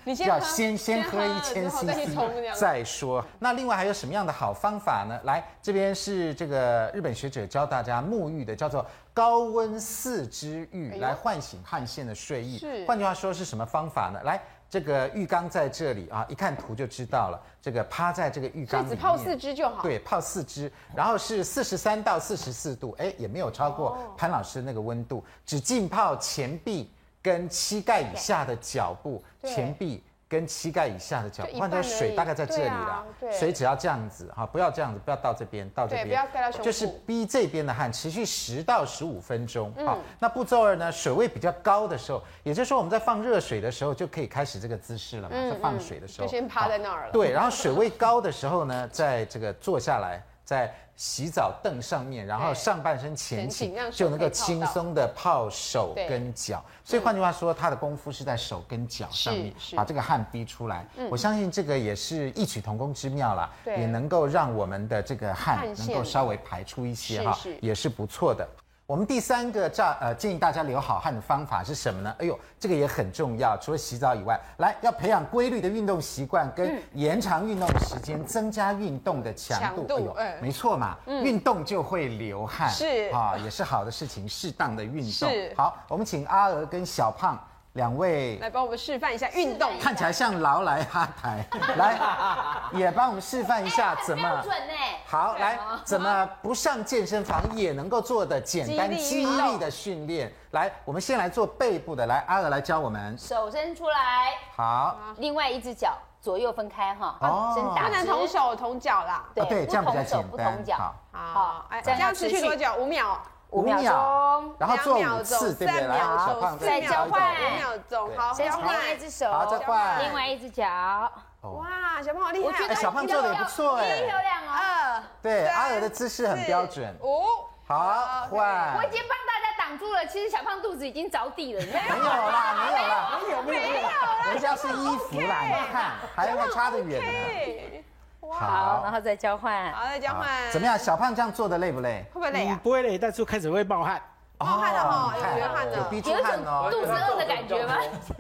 S1: 你先
S2: 要
S1: 喝
S2: 先先喝一千
S1: 之后再去
S2: CC
S1: 冲这样子。
S2: 再说。那另外还有什么样的好方法呢？来，这边是这个日本学者教大家沐浴的，叫做高温四肢浴，
S1: 哎呦
S2: 来唤醒汗腺的睡意。
S1: 是
S2: 换句话说是什么方法呢？来。这个浴缸在这里啊，一看图就知道了。这个趴在这个浴
S1: 所
S2: 缸
S1: 以
S2: 里
S1: 只
S2: 面，
S1: 泡四支就好。，
S2: 对，泡四支，然后是四十三到四十四度，哎，也没有超
S1: 哦
S2: 过潘老师那个温度，只浸泡前臂跟膝盖以下的脚部，
S1: 对
S2: 前臂。跟膝盖以下的脚
S1: 就，一
S2: 换
S1: 半
S2: 成
S1: 而
S2: 水
S1: 已
S2: 大概在这里
S1: 对
S2: 啦
S1: 啊，对
S2: 水只要这样子哈，不要这样子，不要到这边，到这
S1: 对
S2: 边，
S1: 不要盖到胸部
S2: 就是逼这边的汗，持续十到十五分钟。
S1: 嗯
S2: 好、那步骤二呢，水位比较高的时候，也就是说我们在放热水的时候就可以开始这个姿势了嘛，在放水的时
S1: 嗯
S2: 候
S1: 就先趴在那儿了。
S2: 对，然后水位高的时候呢，在这个坐下来，在洗澡凳上面，然后
S1: 对
S2: 上半身前
S1: 前倾
S2: 倾
S1: 让，手
S2: 就能
S1: 可以
S2: 够
S1: 泡
S2: 轻
S1: 到
S2: 松的泡手
S1: 对嗯
S2: 跟脚。所以换句话说，他的功夫是在手跟脚上面
S1: 是是，嗯
S2: 把这个汗逼出来。我相信这个也是异曲同工之妙啦，
S1: 对
S2: 也能够让我们的这个汗
S1: 汗
S2: 能
S1: 腺
S2: 够稍微排出一些
S1: 是
S2: 哈
S1: 是，
S2: 也是不错的。我们第三个炸呃建议大家流好汗的方法是什么呢？哎呦，这个也很重要。除了洗澡以外，来要培养规律的运动习惯，
S1: 嗯
S2: 跟延长运动的时间，增加运动的强
S1: 强
S2: 度。
S1: 度
S2: 哎
S1: 哎
S2: 呦，没错嘛，运动就会流汗，
S1: 是
S2: 啊，也是好的事情。适当的运动
S1: 是。
S2: 好，我们请阿娥跟小胖两位
S1: 来帮我们示范一下运动。
S2: 看起来像劳莱哈台，来也帮我们示范一下怎么。
S5: 标准呢？
S2: 好，来，
S5: 啊
S2: 怎么不上健身房也能够做的简 单
S1: 激励
S2: 激
S1: 运动
S2: 励的训练？来，我们先来做背部的，来，阿娥来教我们。
S5: 手伸出来，
S2: 好，
S5: 另外一只脚左右分开哈，
S2: 哦
S5: 伸打
S1: 不能
S5: 直
S1: 同手同脚啦。
S2: 啊对
S5: 不
S2: 这样比较
S5: 同手
S2: 简
S5: 不
S2: 单
S5: 同脚
S2: 好，
S1: 好，哎，这
S5: 这样
S1: 样持续
S5: 持续
S1: 多久？五秒。
S5: 五秒钟，
S2: 然后做
S1: 两秒
S2: 五
S1: 钟
S2: 次，对不对？
S1: 三
S2: 来，
S1: 秒钟
S2: 小胖
S1: 四
S5: 再
S1: 秒
S5: 交
S2: 走
S5: 换
S1: 五秒钟，好，
S5: 伸
S1: 交
S5: 出
S1: 换。
S5: 另外一只手，
S2: 好，再换。
S5: 另外一只脚，
S1: 哇，小胖好厉
S5: 我觉
S1: 害！啊
S2: 哎
S5: 得
S2: 小胖做得也不错哎
S5: 一有两哦。
S1: 二
S2: 对，
S1: 三
S2: 阿娥的姿势很标准
S1: 四。五
S2: 好，
S5: 我已
S2: 换。
S5: 经帮大家挡住了，其实小胖肚子已经着地了，你
S2: 没
S5: 看
S2: 有啦，没有啦，没有没有没有，人家是衣服啦，
S1: OK
S2: 你看，还还差得远呢。
S1: 对，
S5: 好，然
S2: 好，
S5: 后再交换，
S1: 好，再交换。
S2: 怎么？样？小胖这样做的累不累？
S1: 会不会累
S6: 你
S1: 啊？
S6: 嗯不会累，但是开始会冒汗。
S1: 冒汗了哦
S2: 你看
S1: 有流汗了
S2: 有逼出
S5: 有一
S2: 汗
S5: 种
S2: 哦，
S5: 肚子饿的感觉吗？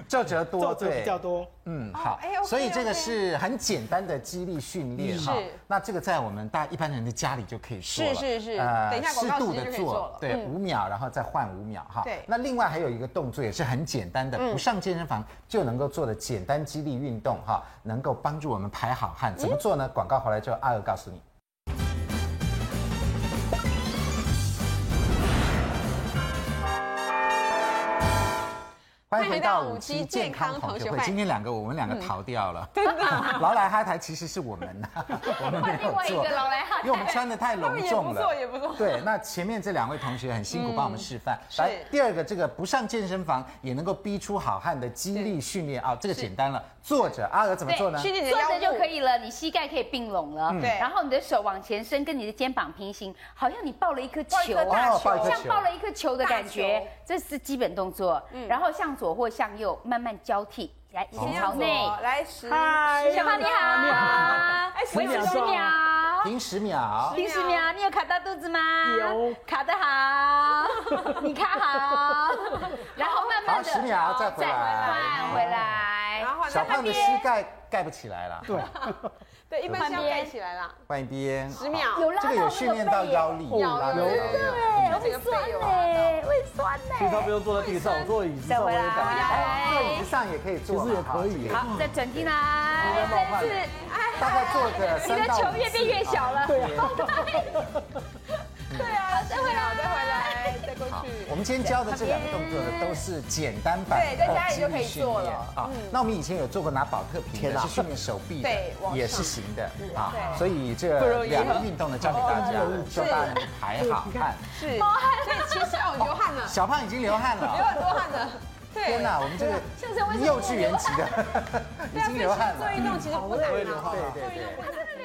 S2: 皱褶多，
S6: 皱褶
S2: 对
S6: 比，较多，
S2: 嗯，好
S1: 哎，，OK，
S2: 所以这个
S1: OK
S2: 是很简单的肌力训练哈
S1: 是。
S2: 那这个在我们大一般人的家里就可以做了，呃
S1: 是是是等一下广
S2: 适
S1: 告
S2: 度
S1: 时间
S2: 的
S1: 就可以做了嗯
S2: 对，五秒，然后再换五秒哈。
S1: 对嗯
S2: 那另外还有一个动作也是很简单的，不上健身房就能够做的简单肌力运动哈，能够帮助我们排好
S1: 嗯
S2: 汗。怎么做呢？广告回来之后，阿娥告诉你。欢迎回到五期健康同学会。今天两个我们
S1: 嗯
S2: 两个逃 掉了，真的。 劳莱哈台其实是我们， 我们没有
S5: 另外一
S2: 做
S5: 个，老来哈
S2: 因为我们穿的太隆
S1: 也不
S2: 重
S1: 错，
S2: 了。
S1: 也不错。嗯
S2: 对，那前面这两位同学很辛苦帮我们示范。来，第二个这个不上健身房也能够逼出好汉的激励训练啊，这个简单了。坐着，阿娥怎么做呢？
S1: 训练你的
S5: 坐
S1: 腰
S5: 着
S1: 部
S5: 就可以了，你膝盖可以并拢了，
S1: 对
S5: 然后你的手往前伸，跟你的肩膀平行，好像你抱了一颗球啊
S2: 抱一颗大哦球抱一颗
S5: 像
S2: 球
S5: 抱了一颗球嗯的感
S1: 大球
S5: 觉，这是基本动作。然后向左或向右慢慢交替，来，先朝内，
S1: 来十，
S6: 嗨
S5: 嗯小胖你好，
S6: 你
S5: 好，哎，
S6: 十秒
S5: 十
S6: 钟
S5: 秒。
S2: 停十秒。
S5: 停十秒，你有卡到肚子吗？
S6: 有
S5: 卡得好，你卡好，然后慢慢的，
S2: 好10秒再回来
S5: 换回来，
S1: 然后换
S2: 小
S1: 到
S2: 胖的膝盖盖不起来了，对，
S1: 对，一般是要盖起来啦，
S2: 换一边。
S1: 十秒。
S5: 有拉
S2: 这
S5: 到
S2: 个有训练到腰力，
S1: 有
S2: 拉到
S1: 有
S2: 腰力
S5: 哎，
S1: 这
S5: 会
S1: 个
S5: 酸
S1: 背有啊
S5: 呢，会酸
S3: 其实他不
S5: 呢。
S3: 用坐在地上，我坐椅子上我也感觉到。
S5: 来
S2: 坐椅子哎上也可以做嘛，
S3: 其实也可以
S2: 好
S5: 好，再转
S2: 这
S5: 进
S2: 个
S5: 来，
S2: 冒汗
S5: 真是，哎，
S2: 大概坐个
S5: 你
S2: 三
S5: 的
S2: 到
S5: 球越变越小了。 对啊，再回
S1: 好，再回
S5: 来，
S1: 来，再 过
S2: 好
S1: 去。，
S2: 我们今天教的这两个动作呢，都是简单版的
S1: 对在家里就可以做了嗯
S2: 肌力训练啊。那我们以前有做过拿保特瓶的，是训练手臂的
S1: 对往，上嗯
S2: 也是行的啊
S1: 对。
S2: 所以这两个运动呢，教给大家，教大家排 好汗。
S1: 是，所以其实哦，流汗了，
S2: 小胖已经流汗
S1: 流
S2: 了，
S1: 很多汗了。对，
S2: 天哪，我们这个
S5: 像是为什么
S2: 幼稚园级的 已
S1: 对啊
S2: 经流汗
S1: 所以做
S2: 了
S1: 运。动其实不难
S3: 会流
S1: 啊。
S3: 汗
S2: 对
S3: 了
S2: 对对，